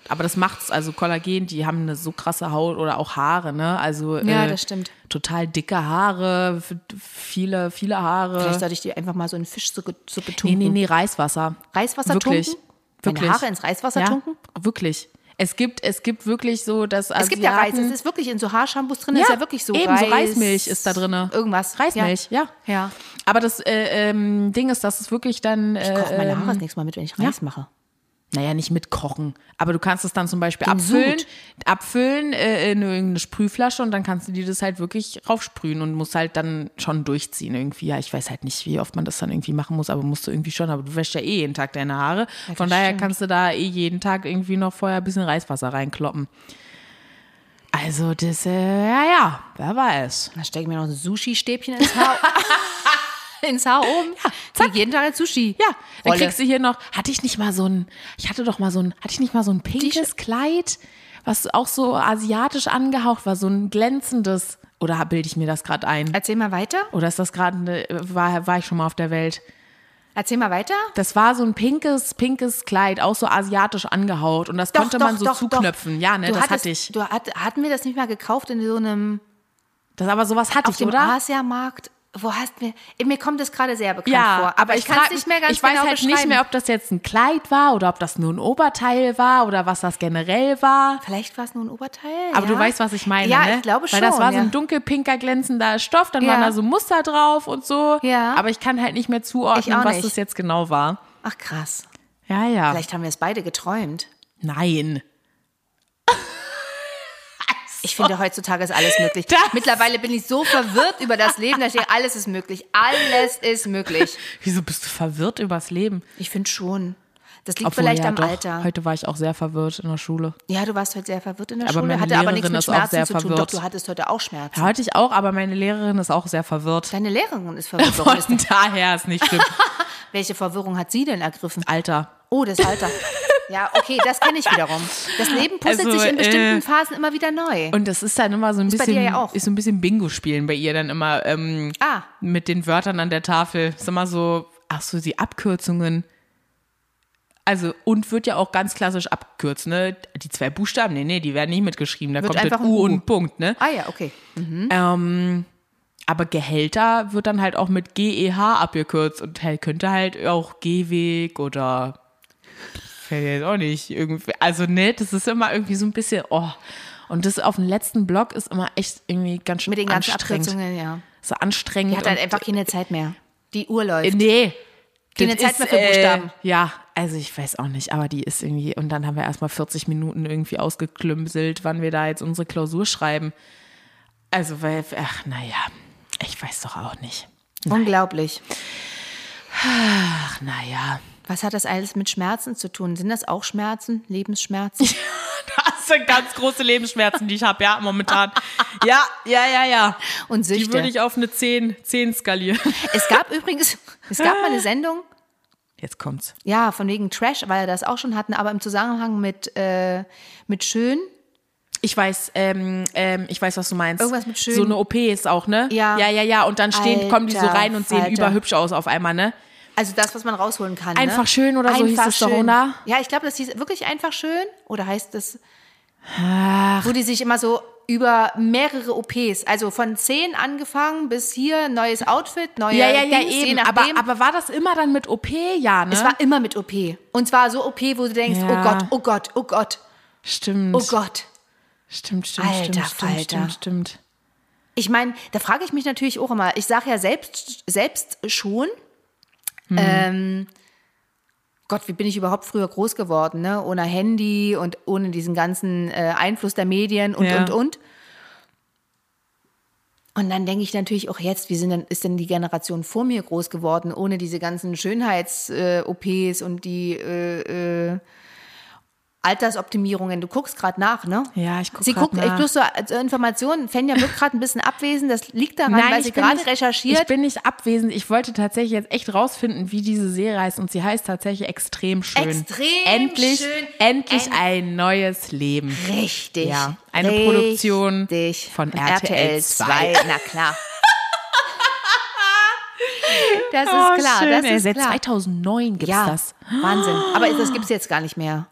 Speaker 2: Aber das macht's, also Kollagen, die haben eine so krasse Haut oder auch Haare, ne? Also
Speaker 1: Ja, das stimmt.
Speaker 2: total dicke Haare, f- viele, viele
Speaker 1: Vielleicht
Speaker 2: Haare.
Speaker 1: sollte ich dir einfach mal so einen Fischsuppe Suppe
Speaker 2: Nee,
Speaker 1: tunken.
Speaker 2: nee, nee, Reiswasser.
Speaker 1: Reiswasser
Speaker 2: wirklich.
Speaker 1: tunken? Meine
Speaker 2: Wirklich.
Speaker 1: Haare ins Reiswasser
Speaker 2: ja,
Speaker 1: tunken?
Speaker 2: Wirklich. Es gibt, es gibt wirklich so, dass
Speaker 1: Es gibt ja Reis,
Speaker 2: Asiaten-
Speaker 1: es ist wirklich in so Haarshampoos drin, ist ja wirklich so
Speaker 2: eben,
Speaker 1: Reis.
Speaker 2: so Reismilch ist da drin.
Speaker 1: Irgendwas.
Speaker 2: Reismilch, ja.
Speaker 1: Ja. ja.
Speaker 2: Aber das äh, ähm, Ding ist, dass es wirklich dann.
Speaker 1: Ich koche
Speaker 2: äh,
Speaker 1: meine Haare das nächste Mal mit, wenn ich Reis mache.
Speaker 2: Naja, nicht mitkochen. Aber du kannst es dann zum Beispiel abfüllen,
Speaker 1: Sud.
Speaker 2: abfüllen äh, in irgendeine Sprühflasche und dann kannst du dir das halt wirklich raufsprühen und musst halt dann schon durchziehen irgendwie. Ja, ich weiß halt nicht, wie oft man das dann irgendwie machen muss, aber musst du irgendwie schon. Aber du wäschst ja eh jeden Tag deine Haare.
Speaker 1: das
Speaker 2: Von daher
Speaker 1: stimmt.
Speaker 2: kannst du da eh jeden Tag irgendwie noch vorher ein bisschen Reiswasser reinkloppen. Also das, äh, ja, ja, wer weiß.
Speaker 1: Dann stecke ich mir noch ein Sushi-Stäbchen ins Haar, ins Haar oben. Ja, Krieg jeden Tag ein Sushi.
Speaker 2: Ja, dann
Speaker 1: Rolle.
Speaker 2: kriegst du hier noch, hatte ich nicht mal so ein, ich hatte doch mal so ein, hatte ich nicht mal so ein pinkes Kleid, was auch so asiatisch angehaucht war, so ein glänzendes, oder bilde ich mir das gerade ein?
Speaker 1: Erzähl mal weiter.
Speaker 2: Oder ist das gerade, eine- war, war ich schon mal auf der Welt?
Speaker 1: Erzähl mal weiter.
Speaker 2: Das war so ein pinkes, pinkes Kleid, auch so asiatisch angehaucht und das konnte man so zuknöpfen. Ja, ne,
Speaker 1: du
Speaker 2: das
Speaker 1: hattest,
Speaker 2: hatte ich.
Speaker 1: Du hat, hatten wir das nicht mal gekauft in so einem
Speaker 2: Das aber sowas hatte
Speaker 1: auf
Speaker 2: ich,
Speaker 1: dem
Speaker 2: oder?
Speaker 1: Asiamarkt? Wo hast mir mir kommt das gerade sehr bekannt
Speaker 2: Ja,
Speaker 1: vor, aber ich, kann
Speaker 2: frag
Speaker 1: es nicht
Speaker 2: mich-
Speaker 1: mehr ganz
Speaker 2: Ich weiß
Speaker 1: genau
Speaker 2: halt
Speaker 1: beschreiben.
Speaker 2: nicht mehr, ob das jetzt ein Kleid war oder ob das nur ein Oberteil war oder was das generell war.
Speaker 1: Vielleicht war es nur ein Oberteil.
Speaker 2: Aber
Speaker 1: ja.
Speaker 2: du weißt, was ich meine,
Speaker 1: Ja,
Speaker 2: ne?
Speaker 1: ich glaube schon.
Speaker 2: Weil das war so
Speaker 1: ja.
Speaker 2: ein dunkelpinker glänzender Stoff, dann
Speaker 1: Ja.
Speaker 2: waren da so Muster drauf und so.
Speaker 1: Ja.
Speaker 2: Aber ich kann halt nicht mehr
Speaker 1: Ich
Speaker 2: zuordnen,
Speaker 1: auch
Speaker 2: was
Speaker 1: nicht.
Speaker 2: das jetzt genau war.
Speaker 1: Ach krass.
Speaker 2: Ja, ja.
Speaker 1: Vielleicht haben wir es beide geträumt.
Speaker 2: Nein.
Speaker 1: Ich finde, heutzutage ist alles möglich.
Speaker 2: Oh. Das-
Speaker 1: Mittlerweile bin ich so verwirrt über das Leben, dass ich denke, alles ist möglich. Alles ist möglich.
Speaker 2: Wieso bist du verwirrt übers Leben?
Speaker 1: Ich finde schon. Das liegt
Speaker 2: Obwohl,
Speaker 1: vielleicht
Speaker 2: ja,
Speaker 1: am
Speaker 2: doch.
Speaker 1: Alter.
Speaker 2: Heute war ich auch sehr verwirrt in der Schule.
Speaker 1: Ja, du warst heute sehr verwirrt in der
Speaker 2: Aber
Speaker 1: Schule,
Speaker 2: meine
Speaker 1: hatte aber nichts
Speaker 2: Lehrerin
Speaker 1: mit
Speaker 2: ist auch
Speaker 1: Schmerzen
Speaker 2: sehr
Speaker 1: zu tun. Doch,
Speaker 2: verwirrt.
Speaker 1: du hattest heute auch Schmerzen.
Speaker 2: Ja, Hatte ich auch, aber meine Lehrerin ist auch sehr verwirrt.
Speaker 1: Deine Lehrerin ist verwirrt. Warum ist
Speaker 2: Von daher ist nicht schlimm.
Speaker 1: Welche Verwirrung hat sie denn ergriffen?
Speaker 2: Alter.
Speaker 1: Oh, das Alter. Ja, okay, das kenne ich wiederum. Das Leben puzzelt
Speaker 2: Also,
Speaker 1: sich in bestimmten
Speaker 2: äh,
Speaker 1: Phasen immer wieder neu.
Speaker 2: Und das ist dann immer so ein
Speaker 1: bei
Speaker 2: bisschen,
Speaker 1: dir ja auch.
Speaker 2: ist so ein bisschen Bingo-Spielen bei ihr dann immer ähm,
Speaker 1: Ah.
Speaker 2: mit den Wörtern an der Tafel. Ist immer so, ach so, die Abkürzungen. Also, und wird ja auch ganz klassisch abgekürzt, ne? Die zwei Buchstaben, nee, nee, die werden nicht mitgeschrieben. Da
Speaker 1: Wird
Speaker 2: kommt
Speaker 1: einfach
Speaker 2: das
Speaker 1: ein
Speaker 2: U und
Speaker 1: U.
Speaker 2: ein Punkt, ne?
Speaker 1: Ah ja, okay.
Speaker 2: Ähm, aber Gehälter wird dann halt auch mit GEH abgekürzt und halt könnte halt auch Gehweg oder fällt jetzt auch nicht irgendwie. Also ne, das ist immer irgendwie so ein bisschen, oh. Und das auf dem letzten Block ist immer echt irgendwie ganz schön
Speaker 1: Mit den ganzen
Speaker 2: anstrengend.
Speaker 1: Abkürzungen, ja.
Speaker 2: So anstrengend.
Speaker 1: Die hat halt
Speaker 2: und-
Speaker 1: einfach keine Zeit mehr. Die Uhr
Speaker 2: Äh,
Speaker 1: läuft.
Speaker 2: Nee.
Speaker 1: Keine
Speaker 2: Das
Speaker 1: Zeit mehr für Buchstaben.
Speaker 2: Äh, ja, also ich weiß auch nicht, aber die ist irgendwie, und dann haben wir erstmal 40 Minuten irgendwie ausgeklümpselt, wann wir da jetzt unsere Klausur schreiben. Also, weil, ach, naja, ich weiß doch auch nicht.
Speaker 1: Unglaublich.
Speaker 2: Ach, naja.
Speaker 1: Was hat das alles mit Schmerzen zu tun? Sind das auch Schmerzen? Lebensschmerzen?
Speaker 2: Das sind ganz große Lebensschmerzen, die ich habe, ja, momentan. Ja, ja, ja, ja.
Speaker 1: Und
Speaker 2: Die würde
Speaker 1: Süchte?
Speaker 2: ich auf eine 10, 10 skalieren.
Speaker 1: Es gab übrigens, es gab mal eine Sendung,
Speaker 2: Jetzt kommt's.
Speaker 1: ja, von wegen Trash, weil wir das auch schon hatten, aber im Zusammenhang mit, äh, mit Schön.
Speaker 2: Ich weiß, ähm, ähm, ich weiß, was du meinst.
Speaker 1: Irgendwas mit schön.
Speaker 2: So eine OP ist auch, ne?
Speaker 1: Ja.
Speaker 2: Ja, ja, ja. Und dann stehen, kommen die so
Speaker 1: Alter
Speaker 2: rein und sehen
Speaker 1: Falter.
Speaker 2: überhübsch aus auf einmal, ne?
Speaker 1: Also das, was man rausholen kann.
Speaker 2: Einfach
Speaker 1: ne?
Speaker 2: schön oder so hieß es doch, oder?
Speaker 1: Ja, ich glaube, das hieß wirklich einfach schön. Oder heißt das, wo die sich immer so über mehrere OPs, also von 10 angefangen bis hier, neues Outfit, neue
Speaker 2: Ja, ja, ja,
Speaker 1: Dings, je
Speaker 2: eben. Aber,
Speaker 1: nachdem.
Speaker 2: aber war das immer dann mit OP? Ja, ne?
Speaker 1: es war immer mit OP. Und zwar so OP, wo du denkst,
Speaker 2: Ja.
Speaker 1: oh Gott, oh Gott, oh Gott,
Speaker 2: stimmt.
Speaker 1: oh Gott.
Speaker 2: Stimmt, stimmt,
Speaker 1: Alter
Speaker 2: stimmt, stimmt,
Speaker 1: Falter.
Speaker 2: stimmt, stimmt.
Speaker 1: Ich meine, da frage ich mich natürlich auch immer, ich sage ja selbst, selbst schon, ähm, Gott, wie bin ich überhaupt früher groß geworden, ne? Ohne Handy und ohne diesen ganzen äh, Einfluss der Medien und,
Speaker 2: Ja.
Speaker 1: und, und. Und dann denke ich natürlich auch jetzt, wie sind denn, ist denn die Generation vor mir groß geworden, ohne diese ganzen Schönheits-OPs und die äh, äh, Altersoptimierungen? Du guckst gerade nach, ne?
Speaker 2: Ja, ich guck
Speaker 1: Sie
Speaker 2: grad
Speaker 1: guckt echt
Speaker 2: nach.
Speaker 1: bloß so als Informationen. Fenja wirkt gerade ein bisschen abwesend. Das liegt daran, weil sie
Speaker 2: bin
Speaker 1: gerade
Speaker 2: nicht- Ich
Speaker 1: recherchiert.
Speaker 2: bin nicht abwesend. Ich wollte tatsächlich jetzt echt rausfinden, wie diese Serie heißt. Und sie heißt tatsächlich extrem schön.
Speaker 1: Extrem
Speaker 2: endlich,
Speaker 1: schön.
Speaker 2: Endlich
Speaker 1: Ein-
Speaker 2: ein neues Leben.
Speaker 1: Richtig.
Speaker 2: Ja, eine Produktion von RTL 2.
Speaker 1: Na klar. Das ist
Speaker 2: Oh,
Speaker 1: klar.
Speaker 2: schön,
Speaker 1: das
Speaker 2: ey.
Speaker 1: ist
Speaker 2: Seit
Speaker 1: klar.
Speaker 2: 2009 gibt es
Speaker 1: Ja,
Speaker 2: das.
Speaker 1: Wahnsinn. Aber das gibt es jetzt gar nicht mehr.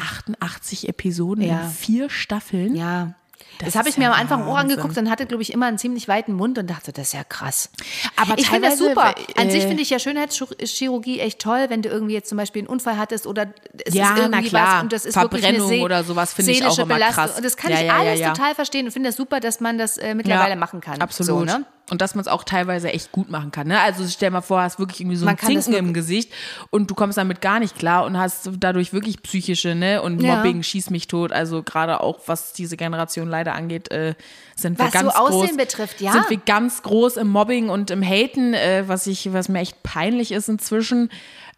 Speaker 2: 88 Episoden
Speaker 1: Ja.
Speaker 2: in vier Staffeln.
Speaker 1: Ja. Das,
Speaker 2: Das
Speaker 1: habe ich
Speaker 2: ist
Speaker 1: mir
Speaker 2: ja
Speaker 1: am Anfang auch
Speaker 2: Wahnsinn.
Speaker 1: angeguckt und hatte, glaube ich, immer einen ziemlich weiten Mund und dachte, das ist ja krass.
Speaker 2: Aber
Speaker 1: ich finde das
Speaker 2: teilweise,
Speaker 1: super. An
Speaker 2: äh,
Speaker 1: sich finde ich ja Schönheitschirurgie echt toll, wenn du irgendwie jetzt zum Beispiel einen Unfall hattest oder es
Speaker 2: Ja,
Speaker 1: ist irgendwie
Speaker 2: na klar.
Speaker 1: was und das ist wirklich
Speaker 2: Verbrennung
Speaker 1: eine See-
Speaker 2: oder sowas finde ich auch
Speaker 1: seelische
Speaker 2: immer
Speaker 1: Belastung.
Speaker 2: krass.
Speaker 1: Und das kann
Speaker 2: Ja,
Speaker 1: ich
Speaker 2: ja, ja,
Speaker 1: alles
Speaker 2: ja.
Speaker 1: total verstehen und finde das super, dass man das äh, mittlerweile machen kann.
Speaker 2: Absolut.
Speaker 1: So, ne?
Speaker 2: Und dass man es auch teilweise echt gut machen kann. Ne? Also stell mal vor, hast wirklich irgendwie so
Speaker 1: Man
Speaker 2: ein
Speaker 1: kann das
Speaker 2: Zinken im
Speaker 1: wirklich-
Speaker 2: Gesicht und du kommst damit gar nicht klar und hast dadurch wirklich psychische, ne? Und
Speaker 1: Ja.
Speaker 2: Mobbing schießt mich tot. Also gerade auch, was diese Generation leider angeht, äh, sind wir
Speaker 1: Was so
Speaker 2: ganz groß.
Speaker 1: Aussehen betrifft, ja.
Speaker 2: Sind wir ganz groß im Mobbing und im Haten, äh, was ich, was mir echt peinlich ist inzwischen.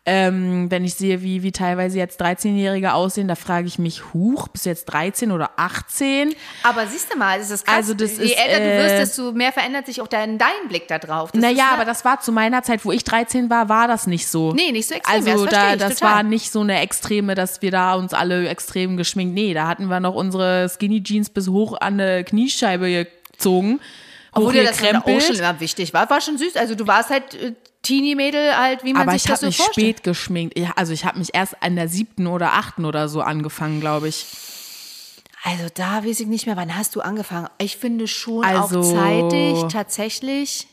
Speaker 2: Ähm, wenn ich sehe, wie, wie teilweise jetzt 13-Jährige aussehen, da frage ich mich, huch, bist du jetzt 13 oder 18?
Speaker 1: Aber siehst du mal, das ist krass.
Speaker 2: Also das
Speaker 1: Je
Speaker 2: ist,
Speaker 1: älter du
Speaker 2: äh,
Speaker 1: wirst, desto mehr verändert sich auch dein, dein Blick da drauf. Das
Speaker 2: naja,
Speaker 1: ist, ne
Speaker 2: aber das war zu meiner Zeit, wo ich 13 war, war das nicht so.
Speaker 1: Nee, nicht so extrem. ja,
Speaker 2: Also
Speaker 1: das
Speaker 2: da,
Speaker 1: verstehe ich
Speaker 2: das
Speaker 1: total.
Speaker 2: war nicht so eine Extreme, dass wir da uns alle extrem geschminkt. Nee, da hatten wir noch unsere Skinny Jeans bis hoch an eine Kniescheibe gezogen.
Speaker 1: Obwohl dir das dann auch
Speaker 2: hochgekrempelt.
Speaker 1: schon immer wichtig war. War schon süß. Also du warst halt äh, Teenie-Mädel, halt, wie man
Speaker 2: aber
Speaker 1: sich
Speaker 2: ich
Speaker 1: das
Speaker 2: habe
Speaker 1: so
Speaker 2: mich
Speaker 1: vorstellt.
Speaker 2: spät geschminkt. Ich, also ich habe mich erst an der siebten oder achten oder so angefangen, glaube ich.
Speaker 1: Also da weiß ich nicht mehr, wann hast du angefangen? Ich finde schon
Speaker 2: Also-
Speaker 1: auch zeitig, tatsächlich.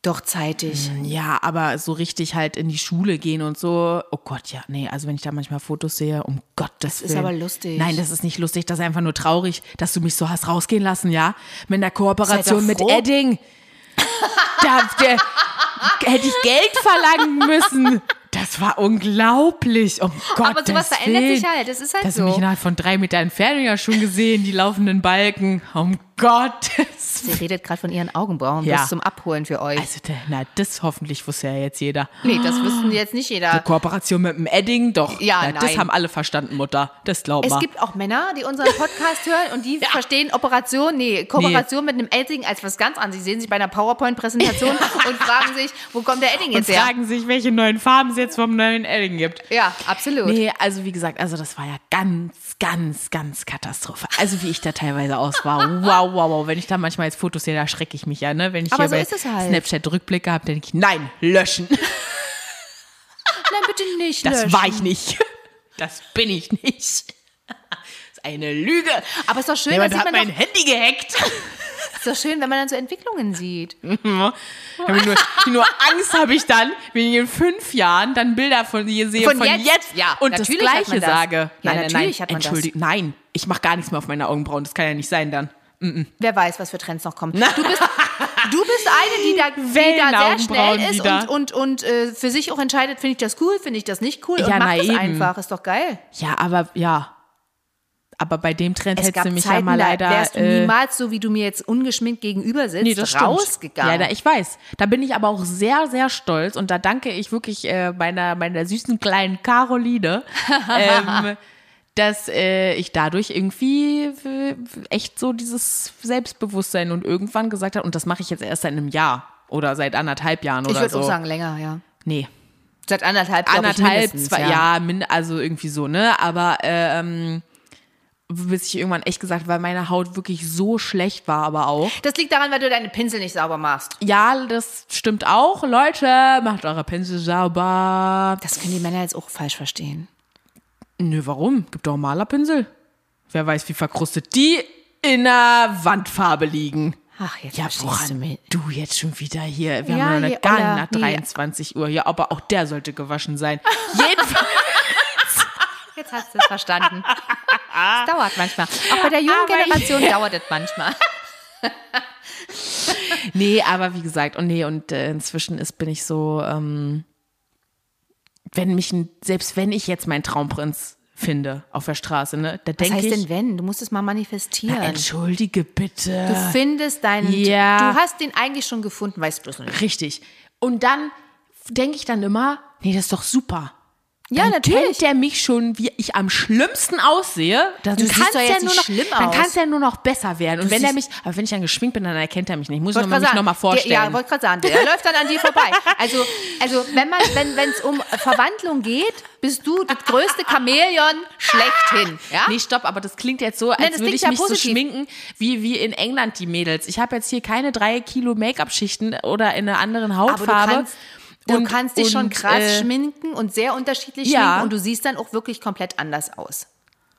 Speaker 1: Doch zeitig.
Speaker 2: Ja, aber so richtig halt in die Schule gehen und so. Oh Gott, ja, nee. Also wenn ich da manchmal Fotos sehe, um Gottes Willen.
Speaker 1: ist aber lustig.
Speaker 2: Nein, das ist nicht lustig. Das ist einfach nur traurig, dass du mich so hast rausgehen lassen, ja? Mit einer
Speaker 1: Seid doch
Speaker 2: Kooperation mit
Speaker 1: froh.
Speaker 2: Edding. Da, der, hätte ich Geld verlangen müssen. Das war unglaublich. Um Gottes
Speaker 1: Aber sowas verändert
Speaker 2: Willen.
Speaker 1: sich halt. Das ist halt
Speaker 2: Das
Speaker 1: so.
Speaker 2: habe ich innerhalb von drei Meter Entfernung ja schon gesehen, die laufenden Balken. Um Gottes
Speaker 1: Sie redet gerade von ihren Augenbrauen
Speaker 2: Ja.
Speaker 1: bis zum Abholen für euch.
Speaker 2: Also, der- na, das hoffentlich wusste ja jetzt jeder.
Speaker 1: nee, das wissen jetzt nicht jeder.
Speaker 2: Kooperation mit dem Edding, doch.
Speaker 1: Ja,
Speaker 2: na, Das
Speaker 1: nein.
Speaker 2: haben alle verstanden, Mutter. Das glaub
Speaker 1: Es
Speaker 2: mal.
Speaker 1: gibt auch Männer, die unseren Podcast hören und die verstehen Operation, nee, Kooperation mit einem Edding als was ganz anderes. Sie sehen sich bei einer PowerPoint-Präsentation und fragen sich, wo kommt der Edding
Speaker 2: Und
Speaker 1: jetzt her?
Speaker 2: fragen sich, welche neuen Farben es jetzt vom neuen Edding gibt.
Speaker 1: Ja, absolut.
Speaker 2: Nee, also wie gesagt, also das war ja ganz, ganz, ganz Katastrophe. Also wie ich da teilweise aus war. Wow, wow, wow. Wenn ich da manchmal jetzt Fotos sehe, da schrecke ich mich ja, ne? Wenn ich
Speaker 1: Aber
Speaker 2: hier
Speaker 1: so
Speaker 2: bei
Speaker 1: ist es halt.
Speaker 2: Snapchat Rückblicke habe, denke ich, nein, löschen.
Speaker 1: Nein, bitte nicht.
Speaker 2: Das
Speaker 1: löschen.
Speaker 2: war ich nicht. Das bin ich nicht. Das ist eine Lüge.
Speaker 1: Aber es ist doch schön, da
Speaker 2: Jemand
Speaker 1: sieht
Speaker 2: hat
Speaker 1: man doch,
Speaker 2: mein Handy gehackt.
Speaker 1: ist doch schön, wenn man dann so Entwicklungen sieht.
Speaker 2: Hab ich nur, nur Angst habe ich dann, wenn ich in fünf Jahren dann Bilder von dir sehe,
Speaker 1: Von
Speaker 2: von,
Speaker 1: jetzt?
Speaker 2: jetzt,
Speaker 1: Ja,
Speaker 2: und das
Speaker 1: natürlich hat man
Speaker 2: Gleiche
Speaker 1: das. Ja,
Speaker 2: sage.
Speaker 1: natürlich hat man das.
Speaker 2: Entschuldigung, nein, ich mache gar nichts mehr auf meine Augenbrauen, das kann ja nicht sein dann.
Speaker 1: Wer weiß, was für Trends noch kommen. Du bist, du bist eine, die da, die da sehr
Speaker 2: Wellenaugenbrauen
Speaker 1: schnell ist
Speaker 2: wieder.
Speaker 1: und, und, und äh, für sich auch entscheidet, finde ich das cool, finde ich das nicht cool und
Speaker 2: Ja,
Speaker 1: macht
Speaker 2: na
Speaker 1: das
Speaker 2: eben.
Speaker 1: einfach. Ist doch geil.
Speaker 2: Ja, aber ja. Aber bei dem Trend
Speaker 1: Es
Speaker 2: hättest
Speaker 1: gab
Speaker 2: du mich
Speaker 1: Zeiten,
Speaker 2: ja mal leider.
Speaker 1: da wärst du
Speaker 2: äh,
Speaker 1: niemals so, wie du mir jetzt ungeschminkt gegenüber sitzt,
Speaker 2: Nee, das stimmt.
Speaker 1: rausgegangen.
Speaker 2: Ja, da, ich weiß. Da bin ich aber auch sehr, sehr stolz und da danke ich wirklich äh, meiner, meiner süßen kleinen Caroline, ähm, dass äh, ich dadurch irgendwie äh, echt so dieses Selbstbewusstsein und irgendwann gesagt habe, und das mache ich jetzt erst seit einem Jahr oder seit anderthalb Jahren
Speaker 1: ich
Speaker 2: oder
Speaker 1: würde
Speaker 2: so.
Speaker 1: auch sagen, länger, ja.
Speaker 2: Nee,
Speaker 1: Seit anderthalb, glaub ich,
Speaker 2: anderthalb,
Speaker 1: mindestens,
Speaker 2: zwei,
Speaker 1: ja.
Speaker 2: ja, min, also irgendwie so, ne? Aber ähm, bis ich irgendwann echt gesagt, weil meine Haut wirklich so schlecht war, aber auch.
Speaker 1: Das liegt daran, weil du deine Pinsel nicht sauber machst.
Speaker 2: Ja, das stimmt auch. Leute, macht eure Pinsel sauber.
Speaker 1: Das können die Männer jetzt auch falsch verstehen.
Speaker 2: Nö, warum? Gibt doch Malerpinsel. Wer weiß, wie verkrustet die in der Wandfarbe liegen.
Speaker 1: Ach, jetzt
Speaker 2: Ja,
Speaker 1: verstehst du
Speaker 2: woran
Speaker 1: mich.
Speaker 2: du jetzt schon wieder hier? Wir
Speaker 1: Ja,
Speaker 2: haben noch
Speaker 1: hier,
Speaker 2: eine Gang
Speaker 1: Olla,
Speaker 2: nach
Speaker 1: nee.
Speaker 2: 23 Uhr. Ja, aber auch der sollte gewaschen sein. Jedenfalls.
Speaker 1: Jetzt hast du es verstanden. Es dauert manchmal. Auch bei der jungen
Speaker 2: Aber-
Speaker 1: Generation dauert es manchmal.
Speaker 2: Nee, aber wie gesagt, und nee, und äh, inzwischen ist, bin ich so, ähm, wenn mich ein, selbst wenn ich jetzt meinen Traumprinz finde auf der Straße, ne, da
Speaker 1: Was
Speaker 2: denke
Speaker 1: heißt
Speaker 2: ich.
Speaker 1: denn wenn? Du musst es mal manifestieren.
Speaker 2: Entschuldige bitte.
Speaker 1: Du findest deinen.
Speaker 2: Ja.
Speaker 1: Du hast den eigentlich schon gefunden, weißt bloß noch nicht.
Speaker 2: Richtig. Und dann denke ich dann immer, nee, das ist doch super.
Speaker 1: Ja,
Speaker 2: Dann Kennt der mich schon, wie ich am schlimmsten aussehe? Dann
Speaker 1: Du siehst
Speaker 2: kann's
Speaker 1: doch jetzt
Speaker 2: ja
Speaker 1: nicht
Speaker 2: nur noch,
Speaker 1: schlimm
Speaker 2: Dann
Speaker 1: aus.
Speaker 2: kann es ja nur noch besser werden. Und wenn er mich,
Speaker 1: siehst-
Speaker 2: aber wenn ich dann geschminkt bin, dann erkennt er mich nicht. Muss ich
Speaker 1: Wollte grad
Speaker 2: nochmal- mich
Speaker 1: sagen,
Speaker 2: nochmal vorstellen.
Speaker 1: Der, ja, wollte gerade sagen, der läuft dann an dir vorbei. Also, also wenn man, wenn es um Verwandlung geht, bist du das größte Chamäleon schlechthin. Ja?
Speaker 2: Nee, stopp, aber das klingt jetzt so, als
Speaker 1: ah. das
Speaker 2: würde
Speaker 1: klingt
Speaker 2: ich
Speaker 1: ja
Speaker 2: mich
Speaker 1: positiv.
Speaker 2: so schminken, wie, wie in England die Mädels. Ich habe jetzt hier keine drei Kilo Make-up-Schichten oder in einer anderen
Speaker 1: Aber du
Speaker 2: Hautfarbe.
Speaker 1: kannst, du
Speaker 2: Und-
Speaker 1: kannst dich schon
Speaker 2: und,
Speaker 1: krass
Speaker 2: äh,
Speaker 1: schminken und sehr unterschiedlich
Speaker 2: Ja.
Speaker 1: schminken und du siehst dann auch wirklich komplett anders aus.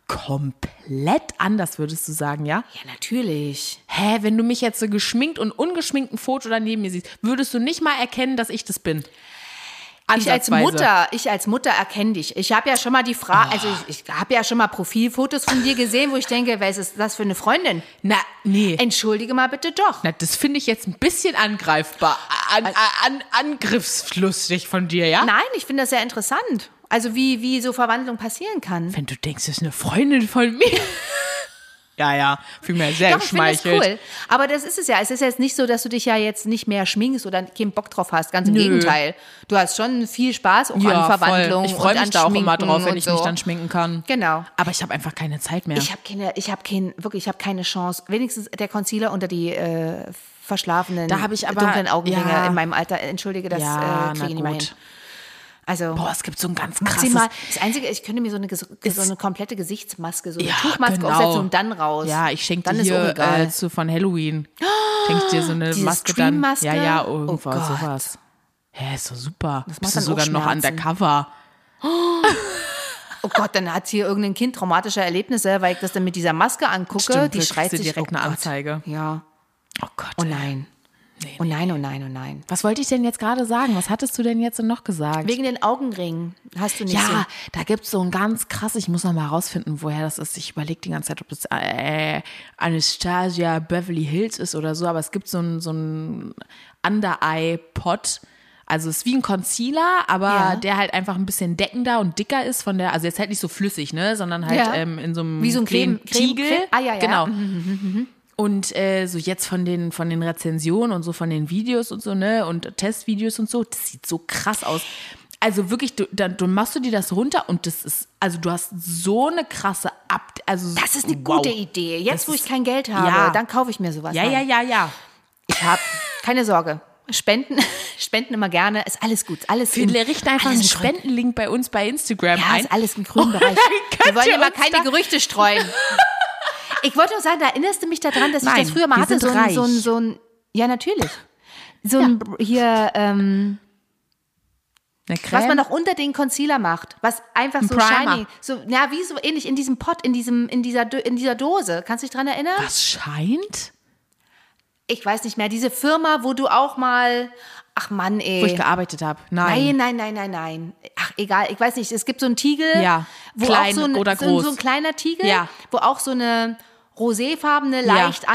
Speaker 2: komplett anders, würdest du sagen, ja?
Speaker 1: Ja, natürlich.
Speaker 2: Hä, wenn du mich jetzt so geschminkt und ungeschminkt ein Foto daneben mir siehst, würdest du nicht mal erkennen, dass ich das bin.
Speaker 1: Ich als
Speaker 2: Ansatzweise.
Speaker 1: Mutter, ich als Mutter erkenne dich. Ich habe ja schon mal die Frage, also ich, ich habe ja schon mal Profilfotos von dir gesehen, wo ich denke, was ist das für eine Freundin?
Speaker 2: Na, nee.
Speaker 1: Entschuldige mal bitte doch.
Speaker 2: Na, das finde ich jetzt ein bisschen angreifbar. An, an, angriffslustig von dir, ja?
Speaker 1: Nein, ich finde das sehr interessant. Also wie, wie so Verwandlung passieren kann.
Speaker 2: Wenn du denkst, das ist eine Freundin von mir. ja, ja. Fühl mir sehr
Speaker 1: Doch, ich finde das
Speaker 2: geschmeichelt.
Speaker 1: cool. Aber das ist es ja. Es ist jetzt nicht so, dass du dich ja jetzt nicht mehr schminkst oder keinen Bock drauf hast. Ganz im
Speaker 2: Nö.
Speaker 1: Gegenteil. Du hast schon viel Spaß auch
Speaker 2: Ja,
Speaker 1: an Verwandlung.
Speaker 2: voll. Ich freue
Speaker 1: und
Speaker 2: mich
Speaker 1: an
Speaker 2: da auch immer
Speaker 1: Schminken
Speaker 2: drauf, wenn
Speaker 1: und
Speaker 2: ich
Speaker 1: so.
Speaker 2: mich dann schminken kann.
Speaker 1: Genau.
Speaker 2: Aber ich habe einfach keine Zeit mehr.
Speaker 1: Ich habe keine, ich habe kein, wirklich, ich habe keine Chance. Wenigstens der Concealer unter die äh, verschlafenen,
Speaker 2: Da habe ich aber-
Speaker 1: dunklen Augenringe
Speaker 2: ja.
Speaker 1: in meinem Alter. Entschuldige, das
Speaker 2: Ja,
Speaker 1: äh,
Speaker 2: na
Speaker 1: kriege ich nicht mehr
Speaker 2: gut.
Speaker 1: hin. Also
Speaker 2: Boah, es gibt so ein ganz krasses...
Speaker 1: maximal. Das Einzige, ich könnte mir so eine, ges- so eine komplette Gesichtsmaske, so eine
Speaker 2: Ja,
Speaker 1: Tuchmaske
Speaker 2: genau.
Speaker 1: aufsetzen und dann raus.
Speaker 2: Ja, ich schenke
Speaker 1: Dann
Speaker 2: dir
Speaker 1: ist auch
Speaker 2: hier
Speaker 1: egal.
Speaker 2: äh, zu, von Halloween. Schenke ich dir so eine
Speaker 1: Dieses
Speaker 2: Maske dann.
Speaker 1: Cream-Maske?
Speaker 2: Ja, ja,
Speaker 1: Oh
Speaker 2: irgendwas,
Speaker 1: Gott.
Speaker 2: sowas. Hä, ist doch super. Das
Speaker 1: macht
Speaker 2: Bist du
Speaker 1: dann auch
Speaker 2: sogar noch
Speaker 1: Schmerzen.
Speaker 2: undercover.
Speaker 1: Oh Gott, dann hat hier irgendein Kind traumatische Erlebnisse, weil ich das dann mit dieser Maske angucke.
Speaker 2: Stimmt,
Speaker 1: die
Speaker 2: vielleicht
Speaker 1: schreit
Speaker 2: kriegst du
Speaker 1: sich
Speaker 2: direkt
Speaker 1: oh
Speaker 2: eine
Speaker 1: Gott.
Speaker 2: Anzeige.
Speaker 1: Ja.
Speaker 2: Oh Gott.
Speaker 1: Oh nein. Oh nein, oh nein, oh nein.
Speaker 2: Was wollte ich denn jetzt gerade sagen? Was hattest du denn jetzt noch gesagt?
Speaker 1: Wegen den Augenringen hast du nicht so.
Speaker 2: ja, da gibt es so ein ganz krass, ich muss noch mal rausfinden, woher das ist. Ich überlege die ganze Zeit, ob das äh, Anastasia Beverly Hills ist oder so, aber es gibt so ein, so ein Under-Eye-Pot. Also es ist wie ein Concealer, aber
Speaker 1: Ja.
Speaker 2: der halt einfach ein bisschen deckender und dicker ist von der, also jetzt halt nicht so flüssig, ne, sondern halt
Speaker 1: Ja.
Speaker 2: ähm, in so einem
Speaker 1: Wie so ein Creme-
Speaker 2: kleinen
Speaker 1: Creme-
Speaker 2: Tiegel.
Speaker 1: Creme- Ah, ja, ja.
Speaker 2: Genau. Und äh, so jetzt von den, von den Rezensionen und so von den Videos und so, ne? Und Testvideos und so, das sieht so krass aus. Also wirklich, du, dann, du machst du dir das runter und das ist, also du hast so eine krasse Ab. Also
Speaker 1: Das ist eine
Speaker 2: wow.
Speaker 1: gute Idee. Jetzt,
Speaker 2: Das
Speaker 1: wo ich
Speaker 2: ist-
Speaker 1: kein Geld habe,
Speaker 2: Ja.
Speaker 1: dann kaufe ich mir sowas.
Speaker 2: Ja,
Speaker 1: Nein,
Speaker 2: ja, ja, ja.
Speaker 1: Ich habe keine Sorge. Spenden, spenden immer gerne. Ist alles gut. Alles in-
Speaker 2: Wir richten einfach
Speaker 1: alles
Speaker 2: einen
Speaker 1: im grünen-
Speaker 2: Spendenlink bei uns bei Instagram
Speaker 1: Ja,
Speaker 2: ein.
Speaker 1: ist alles im grünen Bereich.
Speaker 2: könnt
Speaker 1: Wir wollen
Speaker 2: ihr
Speaker 1: immer
Speaker 2: uns
Speaker 1: keine
Speaker 2: da-
Speaker 1: Gerüchte streuen. Ich wollte nur sagen, da erinnerst du mich daran, dass
Speaker 2: Nein,
Speaker 1: ich das früher mal
Speaker 2: wir
Speaker 1: hatte,
Speaker 2: sind
Speaker 1: so ein,
Speaker 2: reich.
Speaker 1: so ein, so ein, ja natürlich, so ein hier, ähm,
Speaker 2: Eine Creme.
Speaker 1: was man noch unter den Concealer macht, was einfach so
Speaker 2: Primer.
Speaker 1: shiny, so ja wie so ähnlich in diesem Pot, in diesem, in dieser, Dö- in dieser Dose. Kannst du dich dran erinnern?
Speaker 2: das scheint,
Speaker 1: Ich weiß nicht mehr. Diese Firma, wo du auch mal, ach Mann, ey.
Speaker 2: wo ich gearbeitet habe.
Speaker 1: Nein, nein, nein, nein, nein. Ach, egal, ich weiß nicht. Es gibt so einen Tiegel,
Speaker 2: Ja,
Speaker 1: wo
Speaker 2: klein
Speaker 1: auch so ein,
Speaker 2: oder
Speaker 1: So, ein- so
Speaker 2: groß.
Speaker 1: ein kleiner Tiegel,
Speaker 2: Ja.
Speaker 1: wo auch so eine roséfarbene,
Speaker 2: Ja.
Speaker 1: leicht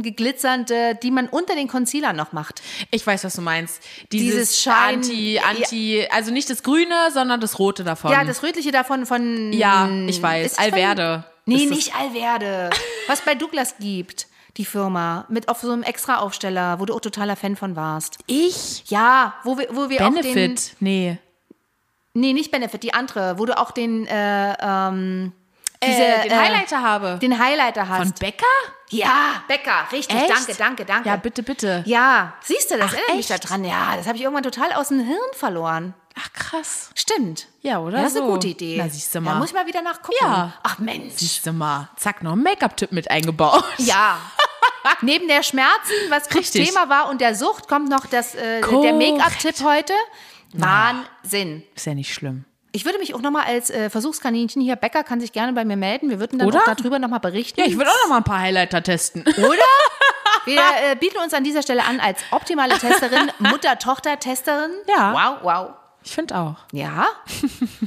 Speaker 1: angeglitzernde, die man unter den Concealer noch macht.
Speaker 2: Ich weiß, was du meinst. Dieses,
Speaker 1: Dieses Schein-
Speaker 2: Anti, Anti, also nicht das Grüne, sondern das Rote davon.
Speaker 1: Ja, das rötliche davon von
Speaker 2: Ja, ich weiß.
Speaker 1: Ist das von-
Speaker 2: Alverde.
Speaker 1: Nee,
Speaker 2: Ist das-
Speaker 1: nicht Alverde. Was bei Douglas gibt, die Firma mit auf so einem extra Aufsteller, wo du auch totaler Fan von warst.
Speaker 2: ich?
Speaker 1: Ja, wo wir wo wir auch den
Speaker 2: Benefit? nee.
Speaker 1: Nee, nicht Benefit, die andere, wo du auch den, äh, ähm, diese,
Speaker 2: Äh, den
Speaker 1: äh,
Speaker 2: Highlighter habe.
Speaker 1: den Highlighter hast.
Speaker 2: Von Becker?
Speaker 1: ja, Becker, richtig,
Speaker 2: Echt?
Speaker 1: danke, danke, danke.
Speaker 2: Ja, bitte, bitte.
Speaker 1: Ja, siehst du, das
Speaker 2: Ach,
Speaker 1: erinnert mich da
Speaker 2: echt?
Speaker 1: dran. Ja, das habe ich irgendwann total aus dem Hirn verloren.
Speaker 2: Ach, krass.
Speaker 1: Stimmt.
Speaker 2: Ja, oder
Speaker 1: Das ist eine
Speaker 2: so.
Speaker 1: gute Idee.
Speaker 2: Na, siehst du
Speaker 1: Da
Speaker 2: mal.
Speaker 1: muss ich mal wieder nachgucken.
Speaker 2: Ja.
Speaker 1: Ach Mensch.
Speaker 2: Siehst du mal. Zack, noch ein Make-up-Tipp mit eingebaut.
Speaker 1: Ja. Neben der Schmerzen, was kurz
Speaker 2: Richtig.
Speaker 1: Thema war, und der Sucht, kommt noch das, äh, der
Speaker 2: Korrekt.
Speaker 1: Make-up-Tipp heute. Wahnsinn.
Speaker 2: Ist ja nicht schlimm.
Speaker 1: Ich würde mich auch nochmal als äh, Versuchskaninchen hier, Becker kann sich gerne bei mir melden. Wir würden dann
Speaker 2: Oder?
Speaker 1: auch darüber nochmal berichten.
Speaker 2: Ja, ich würde auch noch mal ein paar Highlighter testen.
Speaker 1: Wir äh, bieten uns an dieser Stelle an als optimale Testerin, Mutter-Tochter-Testerin.
Speaker 2: Ja.
Speaker 1: Wow, wow.
Speaker 2: Ich finde auch.
Speaker 1: Ja.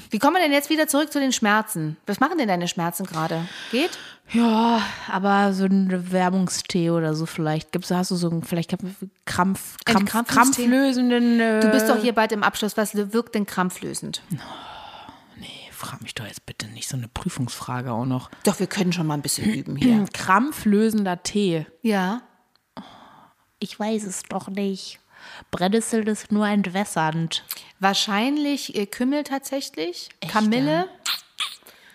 Speaker 1: Wie kommen wir denn jetzt wieder zurück zu den Schmerzen? Was machen denn deine Schmerzen gerade? Geht?
Speaker 2: Ja, aber so ein Wärmungstee oder so vielleicht. Gibt's, hast du so einen, vielleicht Krampf, Krampf,
Speaker 1: Entkrampfungstee?
Speaker 2: krampflösenden... Äh,
Speaker 1: Du bist doch hier bald im Abschluss. Was wirkt denn krampflösend?
Speaker 2: Frag mich doch jetzt bitte nicht so eine Prüfungsfrage auch noch.
Speaker 1: Doch, wir können schon mal ein bisschen üben hier.
Speaker 2: Ein krampflösender Tee.
Speaker 1: Ja.
Speaker 3: Ich weiß es doch nicht. Brennnessel ist nur entwässernd.
Speaker 1: Wahrscheinlich äh, Kümmel tatsächlich. Kamille.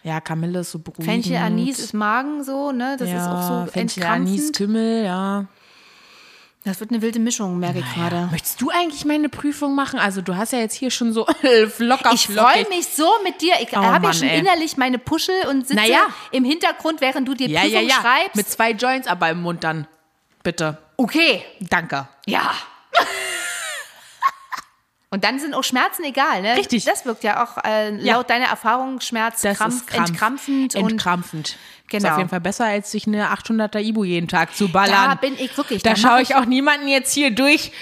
Speaker 2: Ja, Kamille ist so beruhigend.
Speaker 1: Fenchel, Anis ist Magen so, ne? Das ist auch so
Speaker 2: Fenchel, Anis,
Speaker 1: entkrampfend.
Speaker 2: Kümmel, ja.
Speaker 1: Das wird eine wilde Mischung, merke ich gerade.
Speaker 2: Möchtest du eigentlich meine Prüfung machen? Also du hast ja jetzt hier schon so locker
Speaker 1: Ich freue
Speaker 2: flockig.
Speaker 1: mich so mit dir. Ich habe ja
Speaker 2: Oh Mann,
Speaker 1: schon
Speaker 2: ey.
Speaker 1: innerlich meine Puschel und sitze
Speaker 2: Naja.
Speaker 1: im Hintergrund, während du dir
Speaker 2: Ja, ja,
Speaker 1: Prüfung
Speaker 2: ja.
Speaker 1: schreibst.
Speaker 2: Mit zwei Joints aber im Mund dann. Bitte.
Speaker 1: okay,
Speaker 2: Danke.
Speaker 1: ja. und dann sind auch Schmerzen egal, ne?
Speaker 2: Richtig.
Speaker 1: Das wirkt ja auch äh, laut
Speaker 2: Ja.
Speaker 1: deiner Erfahrung Schmerz,
Speaker 2: Das
Speaker 1: Krampf,
Speaker 2: ist Krampf.
Speaker 1: entkrampfend und
Speaker 2: Entkrampfend. Ist
Speaker 1: Genau.
Speaker 2: auf jeden Fall besser, als sich eine 800er Ibu jeden Tag zu ballern.
Speaker 1: da bin ich wirklich.
Speaker 2: da
Speaker 1: mach
Speaker 2: schaue ich auch niemanden jetzt hier durch,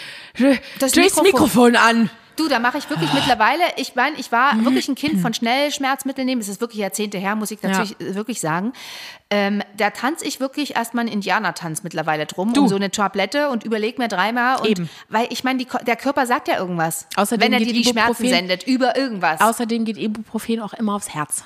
Speaker 1: Das
Speaker 2: durchs
Speaker 1: Mikrofon.
Speaker 2: Mikrofon an.
Speaker 1: Du, da mache ich wirklich mittlerweile, ich meine, ich
Speaker 2: Mhm.
Speaker 1: war wirklich ein Kind von Schnellschmerzmittel nehmen, es ist wirklich Jahrzehnte her, muss ich natürlich äh, wirklich sagen. Ähm, da tanze ich wirklich erstmal einen Indianertanz mittlerweile drum, um so eine Tablette und überleg mir dreimal. Und,
Speaker 2: Eben.
Speaker 1: Weil ich meine, die Ko- der Körper sagt ja irgendwas,
Speaker 2: Außerdem
Speaker 1: wenn er
Speaker 2: geht
Speaker 1: dir die Schmerzen
Speaker 2: Ibuprofen-
Speaker 1: sendet, über irgendwas.
Speaker 2: Außerdem geht Ibuprofen auch immer aufs Herz.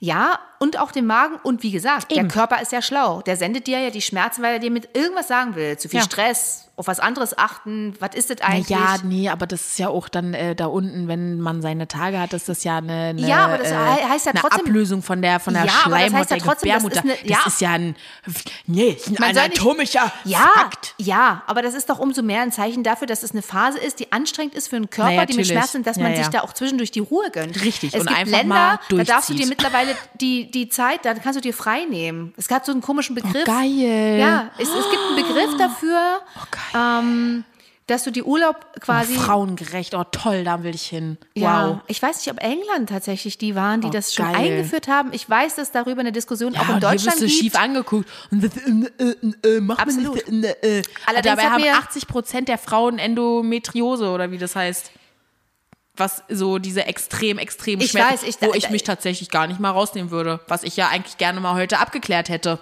Speaker 1: Ja, und auch den Magen. Und wie gesagt, der Körper ist ja schlau. Der sendet dir ja die Schmerzen, weil er dir mit irgendwas sagen will. Zu viel
Speaker 2: Ja.
Speaker 1: Stress, auf was anderes achten. Was ist das eigentlich?
Speaker 2: Äh, Ja, nee, aber das ist ja auch dann äh, da unten, wenn man seine Tage hat, ist das ja eine, eine,
Speaker 1: Ja, aber das
Speaker 2: äh,
Speaker 1: he- heißt ja
Speaker 2: eine
Speaker 1: trotzdem-
Speaker 2: Ablösung von der, von der
Speaker 1: Ja, aber das
Speaker 2: Schleimhaut
Speaker 1: heißt ja
Speaker 2: der
Speaker 1: trotzdem, das ist
Speaker 2: Gebärmutter.
Speaker 1: eine- ja.
Speaker 2: Das ist ja ein, nee, ist ein
Speaker 1: Man soll nicht-
Speaker 2: anatomischer
Speaker 1: ja,
Speaker 2: Fakt.
Speaker 1: ja, aber das ist doch umso mehr ein Zeichen dafür, dass es eine Phase ist, die anstrengend ist für den Körper,
Speaker 2: Naja,
Speaker 1: die mit
Speaker 2: natürlich.
Speaker 1: Schmerzen, sind, dass
Speaker 2: Ja,
Speaker 1: man
Speaker 2: ja.
Speaker 1: sich da auch zwischendurch die Ruhe gönnt.
Speaker 2: Richtig,
Speaker 1: Es
Speaker 2: und
Speaker 1: gibt
Speaker 2: einfach
Speaker 1: Länder,
Speaker 2: mal
Speaker 1: da darfst du dir
Speaker 2: durchzieht.
Speaker 1: mittlerweile die, die Zeit, da kannst du dir frei nehmen. Es gab so einen komischen Begriff.
Speaker 2: Oh, geil. Oh,
Speaker 1: Ja, es, es gibt einen Begriff dafür, ähm, dass du die Urlaub quasi
Speaker 2: Frauengerecht, oh toll, da will ich hin.
Speaker 1: Ja,
Speaker 2: Wow.
Speaker 1: ich weiß nicht, ob England tatsächlich die waren, die
Speaker 2: Oh,
Speaker 1: das schon
Speaker 2: geil.
Speaker 1: eingeführt haben. Ich weiß, dass darüber eine Diskussion auch
Speaker 2: Ja,
Speaker 1: in
Speaker 2: und
Speaker 1: Deutschland
Speaker 2: hier wirst du
Speaker 1: gibt.
Speaker 2: schief angeguckt. Und das, äh, äh, äh, macht
Speaker 1: Absolut.
Speaker 2: Man nicht, äh, äh. Und
Speaker 1: Allerdings
Speaker 2: dabei
Speaker 1: hat
Speaker 2: haben
Speaker 1: mir-
Speaker 2: 80 Prozent der Frauen Endometriose oder wie das heißt. Was so diese extrem, extrem
Speaker 1: Ich
Speaker 2: Schmerzen,
Speaker 1: weiß, ich-
Speaker 2: wo ich mich tatsächlich gar nicht mal rausnehmen würde. Was ich ja eigentlich gerne mal heute abgeklärt hätte.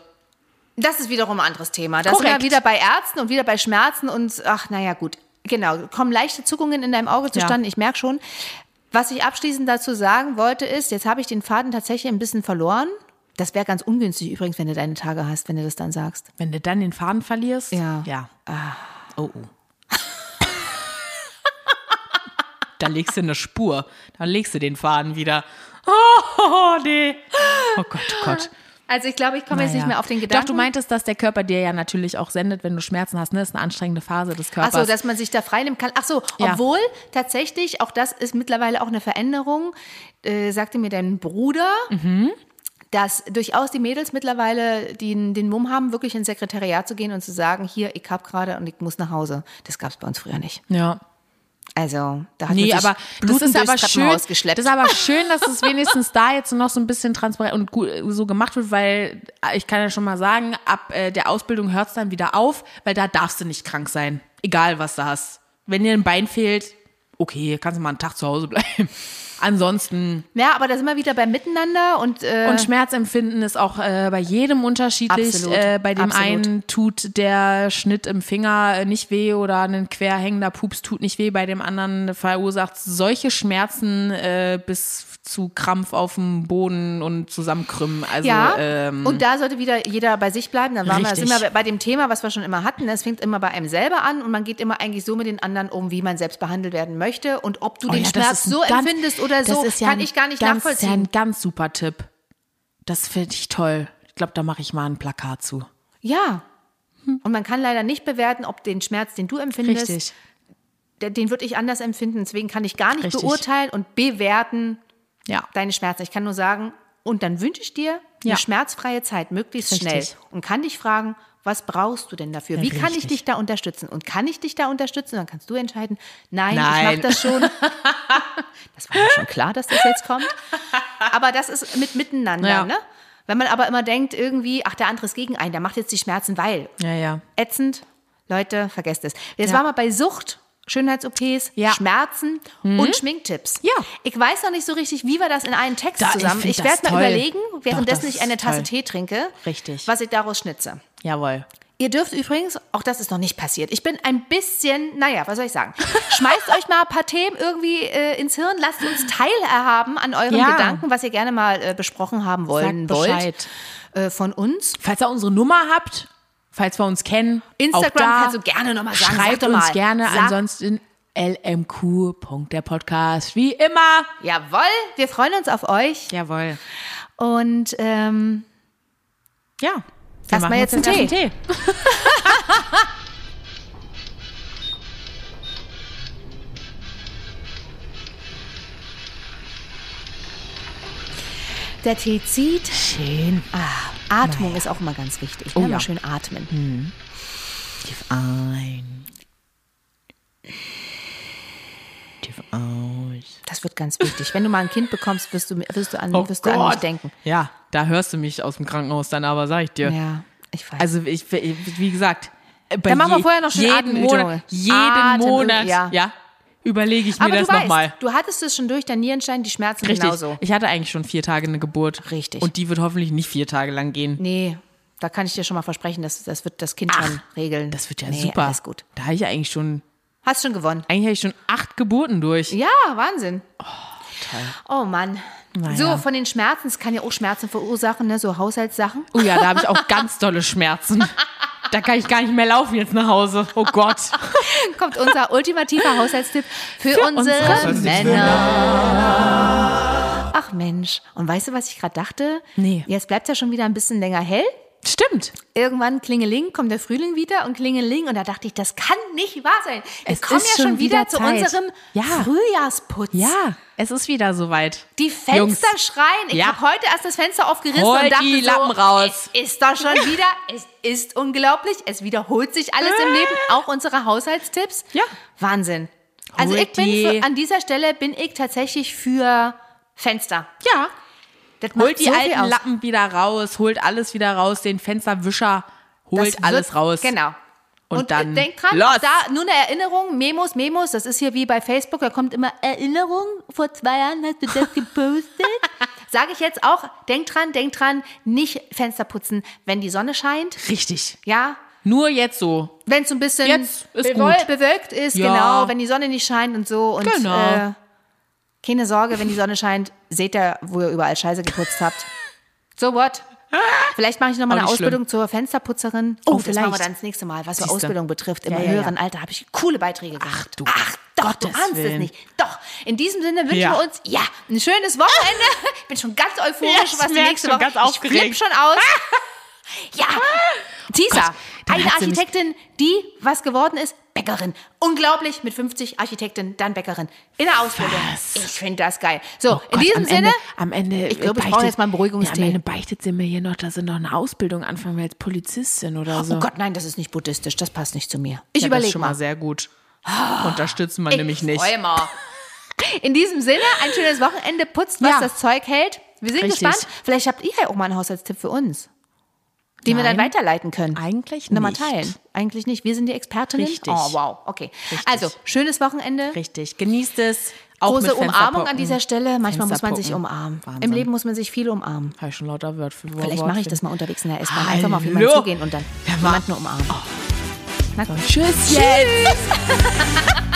Speaker 1: Das ist wiederum ein anderes Thema. Das sind
Speaker 2: Korrekt.
Speaker 1: wir wieder bei Ärzten und wieder bei Schmerzen und ach, naja, gut. Genau, kommen leichte Zuckungen in deinem Auge zustande, ich merke schon. Was ich abschließend dazu sagen wollte, ist, jetzt habe ich den Faden tatsächlich ein bisschen verloren. Das wäre ganz ungünstig übrigens, wenn du deine Tage hast, wenn du das dann sagst.
Speaker 2: Wenn du dann den Faden verlierst.
Speaker 1: Ja.
Speaker 2: ja. Oh, oh. da legst du eine Spur. Dann legst du den Faden wieder. Oh, oh nee. Oh Gott, oh Gott.
Speaker 1: Also ich glaube, ich komme jetzt
Speaker 2: Naja.
Speaker 1: nicht mehr auf den Gedanken.
Speaker 2: Ah, Doch, du meintest, dass der Körper dir ja natürlich auch sendet, wenn du Schmerzen hast. Ne? Das ist eine anstrengende Phase des Körpers.
Speaker 1: Ach so, dass man sich da freinehmen kann. Ach so,
Speaker 2: Ja.
Speaker 1: obwohl tatsächlich, auch das ist mittlerweile auch eine Veränderung, äh, sagte mir dein Bruder,
Speaker 2: Mhm.
Speaker 1: dass durchaus die Mädels mittlerweile den, den Mumm haben, wirklich ins Sekretariat zu gehen und zu sagen, hier, ich hab gerade und ich muss nach Hause. Das gab es bei uns früher nicht.
Speaker 2: ja.
Speaker 1: Also, da hat
Speaker 2: Nee,
Speaker 1: man sich
Speaker 2: aber das
Speaker 1: blutend
Speaker 2: ist aber
Speaker 1: durchs
Speaker 2: schön.
Speaker 1: Treppenhaus
Speaker 2: Das
Speaker 1: geschleppt.
Speaker 2: ist aber schön, dass es wenigstens da jetzt noch so ein bisschen transparent und gut, so gemacht wird, weil äh, ich kann ja schon mal sagen, ab äh, der Ausbildung hört es dann wieder auf, weil da darfst du nicht krank sein. Egal, was du hast. Wenn dir ein Bein fehlt, okay, kannst du mal einen Tag zu Hause bleiben. Ansonsten.
Speaker 1: ja, aber da sind wir wieder beim Miteinander und, äh,
Speaker 2: Und Schmerzempfinden ist auch äh, bei jedem unterschiedlich.
Speaker 1: Absolut.
Speaker 2: Äh, bei dem
Speaker 1: Absolut.
Speaker 2: einen tut der Schnitt im Finger äh, nicht weh oder ein querhängender Pups tut nicht weh. Bei dem anderen verursacht solche Schmerzen äh, bis zu Krampf auf dem Boden und Zusammenkrümmen. Also
Speaker 1: Ja,
Speaker 2: ähm,
Speaker 1: und da sollte wieder jeder bei sich bleiben. Dann waren wir,
Speaker 2: Richtig.
Speaker 1: sind wir bei dem Thema, was wir schon immer hatten. Es fängt immer bei einem selber an und man geht immer eigentlich so mit den anderen um, wie man selbst behandelt werden möchte. Und ob du
Speaker 2: oh
Speaker 1: den
Speaker 2: ja, das
Speaker 1: Schmerz
Speaker 2: ist ein
Speaker 1: so
Speaker 2: ganz-
Speaker 1: empfindest oder
Speaker 2: das
Speaker 1: so,
Speaker 2: ist ja
Speaker 1: kann
Speaker 2: ein
Speaker 1: ich gar nicht
Speaker 2: ganz, Das ist ja
Speaker 1: nachvollziehen.
Speaker 2: ein ganz super Tipp. Das finde ich toll. Ich glaube, da mache ich mal ein Plakat zu.
Speaker 1: Ja. Und man kann leider nicht bewerten, ob den Schmerz, den du empfindest,
Speaker 2: Richtig.
Speaker 1: der- den würde ich anders empfinden. Deswegen kann ich gar nicht
Speaker 2: Richtig.
Speaker 1: beurteilen und bewerten
Speaker 2: Ja.
Speaker 1: deine Schmerzen. Ich kann nur sagen, und dann wünsche ich dir eine
Speaker 2: Ja.
Speaker 1: schmerzfreie Zeit, möglichst
Speaker 2: Richtig.
Speaker 1: schnell. Und kann dich fragen, was brauchst du denn dafür? Wie kann ich
Speaker 2: richtig.
Speaker 1: dich da unterstützen? Und kann ich dich da unterstützen? Dann kannst du entscheiden, nein, ich
Speaker 2: Nein.
Speaker 1: mach das schon. das war ja schon klar, dass das jetzt kommt. Aber das ist mit miteinander,
Speaker 2: Ja.
Speaker 1: ne? Wenn man aber immer denkt, irgendwie, ach, der andere ist gegen einen, der macht jetzt die Schmerzen, weil.
Speaker 2: Ja, ja.
Speaker 1: Ätzend, Leute, vergesst es. Jetzt waren wir bei Sucht, Schönheits-OPs,
Speaker 2: Ja. Mhm.
Speaker 1: Schmerzen und Schminktipps.
Speaker 2: Ja.
Speaker 1: Ich weiß noch nicht so richtig, wie wir das in einen Text
Speaker 2: Da, ich
Speaker 1: zusammen.
Speaker 2: find
Speaker 1: Ich, werde mal
Speaker 2: das toll.
Speaker 1: überlegen, währenddessen
Speaker 2: das
Speaker 1: ich eine
Speaker 2: ist
Speaker 1: Tasse
Speaker 2: toll.
Speaker 1: Tee trinke,
Speaker 2: Richtig.
Speaker 1: was ich daraus schnitze.
Speaker 2: Jawohl.
Speaker 1: Ihr dürft übrigens, auch das ist noch nicht passiert, ich bin ein bisschen, naja, was soll ich sagen? Schmeißt euch mal ein paar Themen irgendwie äh, ins Hirn, lasst uns teilhaben an euren
Speaker 2: Ja.
Speaker 1: Gedanken, was ihr gerne mal äh, besprochen haben wollen wollt
Speaker 2: Bescheid.
Speaker 1: äh, von uns.
Speaker 2: Falls ihr unsere Nummer habt, falls wir uns kennen, auch
Speaker 1: Instagram
Speaker 2: da
Speaker 1: kannst du gerne nochmal sagen. sag
Speaker 2: Schreibt
Speaker 1: doch
Speaker 2: uns
Speaker 1: mal.
Speaker 2: gerne
Speaker 1: Sag-
Speaker 2: ansonsten lmq.derpodcast. Wie immer.
Speaker 1: Jawohl, wir freuen uns auf euch
Speaker 2: Jawohl.
Speaker 1: und ähm,
Speaker 2: Ja.
Speaker 1: Erst mal
Speaker 2: machen
Speaker 1: jetzt
Speaker 2: uns
Speaker 1: einen
Speaker 2: erst einen Tee.
Speaker 1: der Tee zieht. Ah,
Speaker 2: Schön.
Speaker 1: Atmung ist auch immer ganz wichtig. Ne?
Speaker 2: Oh ja.
Speaker 1: Immer schön atmen. Hm,
Speaker 2: Tief ein. Tief aus.
Speaker 1: Das wird ganz wichtig. Wenn du mal ein Kind bekommst, wirst du, wirst du, an,
Speaker 2: Oh
Speaker 1: wirst du an mich
Speaker 2: Gott.
Speaker 1: denken.
Speaker 2: Ja, da hörst du mich aus dem Krankenhaus dann aber, sag ich dir.
Speaker 1: Ja, ich weiß.
Speaker 2: Also ich, wie gesagt, bei
Speaker 1: Dann machen wir vorher noch schön
Speaker 2: jeden
Speaker 1: Atemübungen.
Speaker 2: Monat, jeden
Speaker 1: Atemübungen,
Speaker 2: Monat,
Speaker 1: ja.
Speaker 2: ja. überlege ich mir
Speaker 1: Aber
Speaker 2: das
Speaker 1: du weißt,
Speaker 2: nochmal.
Speaker 1: du hattest es schon durch, der Nierenstein, die Schmerzen
Speaker 2: Richtig.
Speaker 1: genauso.
Speaker 2: Ich hatte eigentlich schon vier Tage eine Geburt.
Speaker 1: Genau Richtig.
Speaker 2: Und die wird hoffentlich nicht vier Tage lang gehen.
Speaker 1: Nee, da kann ich dir schon mal versprechen, das, das wird das Kind schon regeln.
Speaker 2: Das wird ja
Speaker 1: nee,
Speaker 2: super.
Speaker 1: Alles gut.
Speaker 2: Da habe ich ja eigentlich schon,
Speaker 1: Hast schon gewonnen.
Speaker 2: eigentlich habe ich schon acht Geburten durch.
Speaker 1: Ja, Wahnsinn. Oh, toll. Oh Mann. So, von den Schmerzen, es kann ja auch Schmerzen verursachen, ne? so Haushaltssachen.
Speaker 2: Oh ja, da habe ich auch ganz dolle Schmerzen. Da kann ich gar nicht mehr laufen jetzt nach Hause. Oh Gott.
Speaker 1: Kommt unser ultimativer Haushaltstipp für, unsere,
Speaker 2: unsere
Speaker 4: Haushaltstipps
Speaker 1: Männer. Ach Mensch. Und weißt du, was ich gerade dachte?
Speaker 2: Nee.
Speaker 1: Jetzt bleibt ja schon wieder ein bisschen länger hell.
Speaker 2: Stimmt.
Speaker 1: Irgendwann klingeling, kommt der Frühling wieder und klingeling. Und da dachte ich, das kann nicht wahr sein. Wir
Speaker 2: Es
Speaker 1: kommen
Speaker 2: ist
Speaker 1: ja schon
Speaker 2: schon
Speaker 1: wieder,
Speaker 2: wieder
Speaker 1: zu
Speaker 2: Zeit.
Speaker 1: unserem
Speaker 2: Ja.
Speaker 1: Frühjahrsputz.
Speaker 2: Ja, es ist wieder soweit.
Speaker 1: Die Fenster
Speaker 2: Jungs.
Speaker 1: schreien. Ich
Speaker 2: Ja.
Speaker 1: habe heute erst das Fenster aufgerissen
Speaker 2: Holt
Speaker 1: und dachte
Speaker 2: die Lappen
Speaker 1: so,
Speaker 2: raus.
Speaker 1: es ist doch schon wieder, es ist unglaublich. Es wiederholt sich alles im Leben, auch unsere Haushaltstipps.
Speaker 2: Äh. Ja.
Speaker 1: Wahnsinn. Also
Speaker 2: Holt
Speaker 1: ich bin
Speaker 2: die-
Speaker 1: für, an dieser Stelle bin ich tatsächlich für Fenster.
Speaker 2: Ja.
Speaker 1: Das macht
Speaker 2: Holt die
Speaker 1: so viel
Speaker 2: alten
Speaker 1: aus.
Speaker 2: Lappen wieder raus, holt alles wieder raus, den Fensterwischer,
Speaker 1: Das
Speaker 2: holt alles
Speaker 1: wird-
Speaker 2: raus.
Speaker 1: Genau.
Speaker 2: Und, dann
Speaker 1: denkt dran,
Speaker 2: los.
Speaker 1: da nur eine Erinnerung, Memos, Memos, das ist hier wie bei Facebook, da kommt immer Erinnerung, vor zwei Jahren hast du das gepostet. Sage ich jetzt auch, denkt dran, denkt dran, nicht Fenster putzen, wenn die Sonne scheint,
Speaker 2: Richtig.
Speaker 1: ja,
Speaker 2: Nur jetzt so.
Speaker 1: wenn es ein bisschen
Speaker 2: Jetzt ist
Speaker 1: bewöl-
Speaker 2: gut.
Speaker 1: bewölkt ist,
Speaker 2: Ja.
Speaker 1: genau, wenn die Sonne nicht scheint und so und
Speaker 2: Genau.
Speaker 1: äh, keine Sorge, wenn die Sonne scheint, seht ihr, wo ihr überall Scheiße geputzt habt. So what? Vielleicht mache ich nochmal
Speaker 2: Auch
Speaker 1: eine
Speaker 2: nicht schlimm.
Speaker 1: Ausbildung zur Fensterputzerin. Oh, das
Speaker 2: vielleicht.
Speaker 1: machen wir dann das nächste Mal. Was die
Speaker 2: Siehste.
Speaker 1: Ausbildung betrifft, im
Speaker 2: Ja, ja,
Speaker 1: höheren Alter habe ich coole Beiträge gemacht.
Speaker 2: du
Speaker 1: doch, du
Speaker 2: Gottes
Speaker 1: ahnst es
Speaker 2: Willen.
Speaker 1: nicht. Doch, in diesem Sinne wünschen
Speaker 2: Ja.
Speaker 1: wir uns, ja, ein schönes Wochenende. Ich bin schon ganz
Speaker 2: Ja,
Speaker 1: euphorisch,
Speaker 2: ich
Speaker 1: was die
Speaker 2: merk
Speaker 1: nächste
Speaker 2: schon,
Speaker 1: Woche...
Speaker 2: ganz
Speaker 1: ich flipp
Speaker 2: aufgeregt. Oh
Speaker 1: schon aus. ja, Tisa,
Speaker 2: dann
Speaker 1: eine
Speaker 2: hat sie mich-
Speaker 1: Architektin, die was geworden ist, Bäckerin. Unglaublich, mit 50 Architektin, dann Bäckerin. In der Ausbildung. Ich finde das geil. So, in
Speaker 2: Oh Gott,
Speaker 1: diesem
Speaker 2: am
Speaker 1: Sinne...
Speaker 2: Ende, am Ende äh,
Speaker 1: Ich glaube, ich brauche
Speaker 2: beichtet-
Speaker 1: jetzt mal einen Beruhigungstee.
Speaker 2: Ja, am Ende beichtet sie mir hier noch, dass sie noch eine Ausbildung anfangen will als Polizistin oder so.
Speaker 1: Oh Gott, nein, das ist nicht buddhistisch, das passt nicht zu mir. Ich
Speaker 2: ja, das
Speaker 1: überlege
Speaker 2: ist schon mal
Speaker 1: mal. Ah,
Speaker 2: sehr gut. Unterstützen wir nämlich nicht.
Speaker 1: Freu mal. In diesem Sinne, ein schönes Wochenende, putzt, was
Speaker 2: Ja.
Speaker 1: das Zeug hält. Wir sind
Speaker 2: Richtig.
Speaker 1: gespannt. Vielleicht habt ihr ja auch mal einen Haushaltstipp für uns, den wir dann
Speaker 2: Nein.
Speaker 1: weiterleiten können.
Speaker 2: Eigentlich
Speaker 1: Nochmal
Speaker 2: nicht.
Speaker 1: teilen. Eigentlich nicht. Wir sind die Expertinnen.
Speaker 2: Richtig.
Speaker 1: Oh, wow. Okay. Also, schönes Wochenende.
Speaker 2: Richtig. Genießt es. Auch
Speaker 1: Große
Speaker 2: mit
Speaker 1: Umarmung an
Speaker 2: Fensterpuppen.
Speaker 1: dieser Stelle. Manchmal muss man sich
Speaker 2: Fensterpuppen.
Speaker 1: umarmen. Im
Speaker 2: Wahnsinn.
Speaker 1: Leben muss man sich viel umarmen.
Speaker 2: Habe ich schon lauter Wörter für
Speaker 1: Vielleicht mache ich das mal unterwegs in der S-Bahn.
Speaker 2: Hallo.
Speaker 1: Einfach mal auf jemanden zugehen und dann
Speaker 2: Wer war-
Speaker 1: jemanden umarmen. Na gut.
Speaker 2: Tschüss jetzt.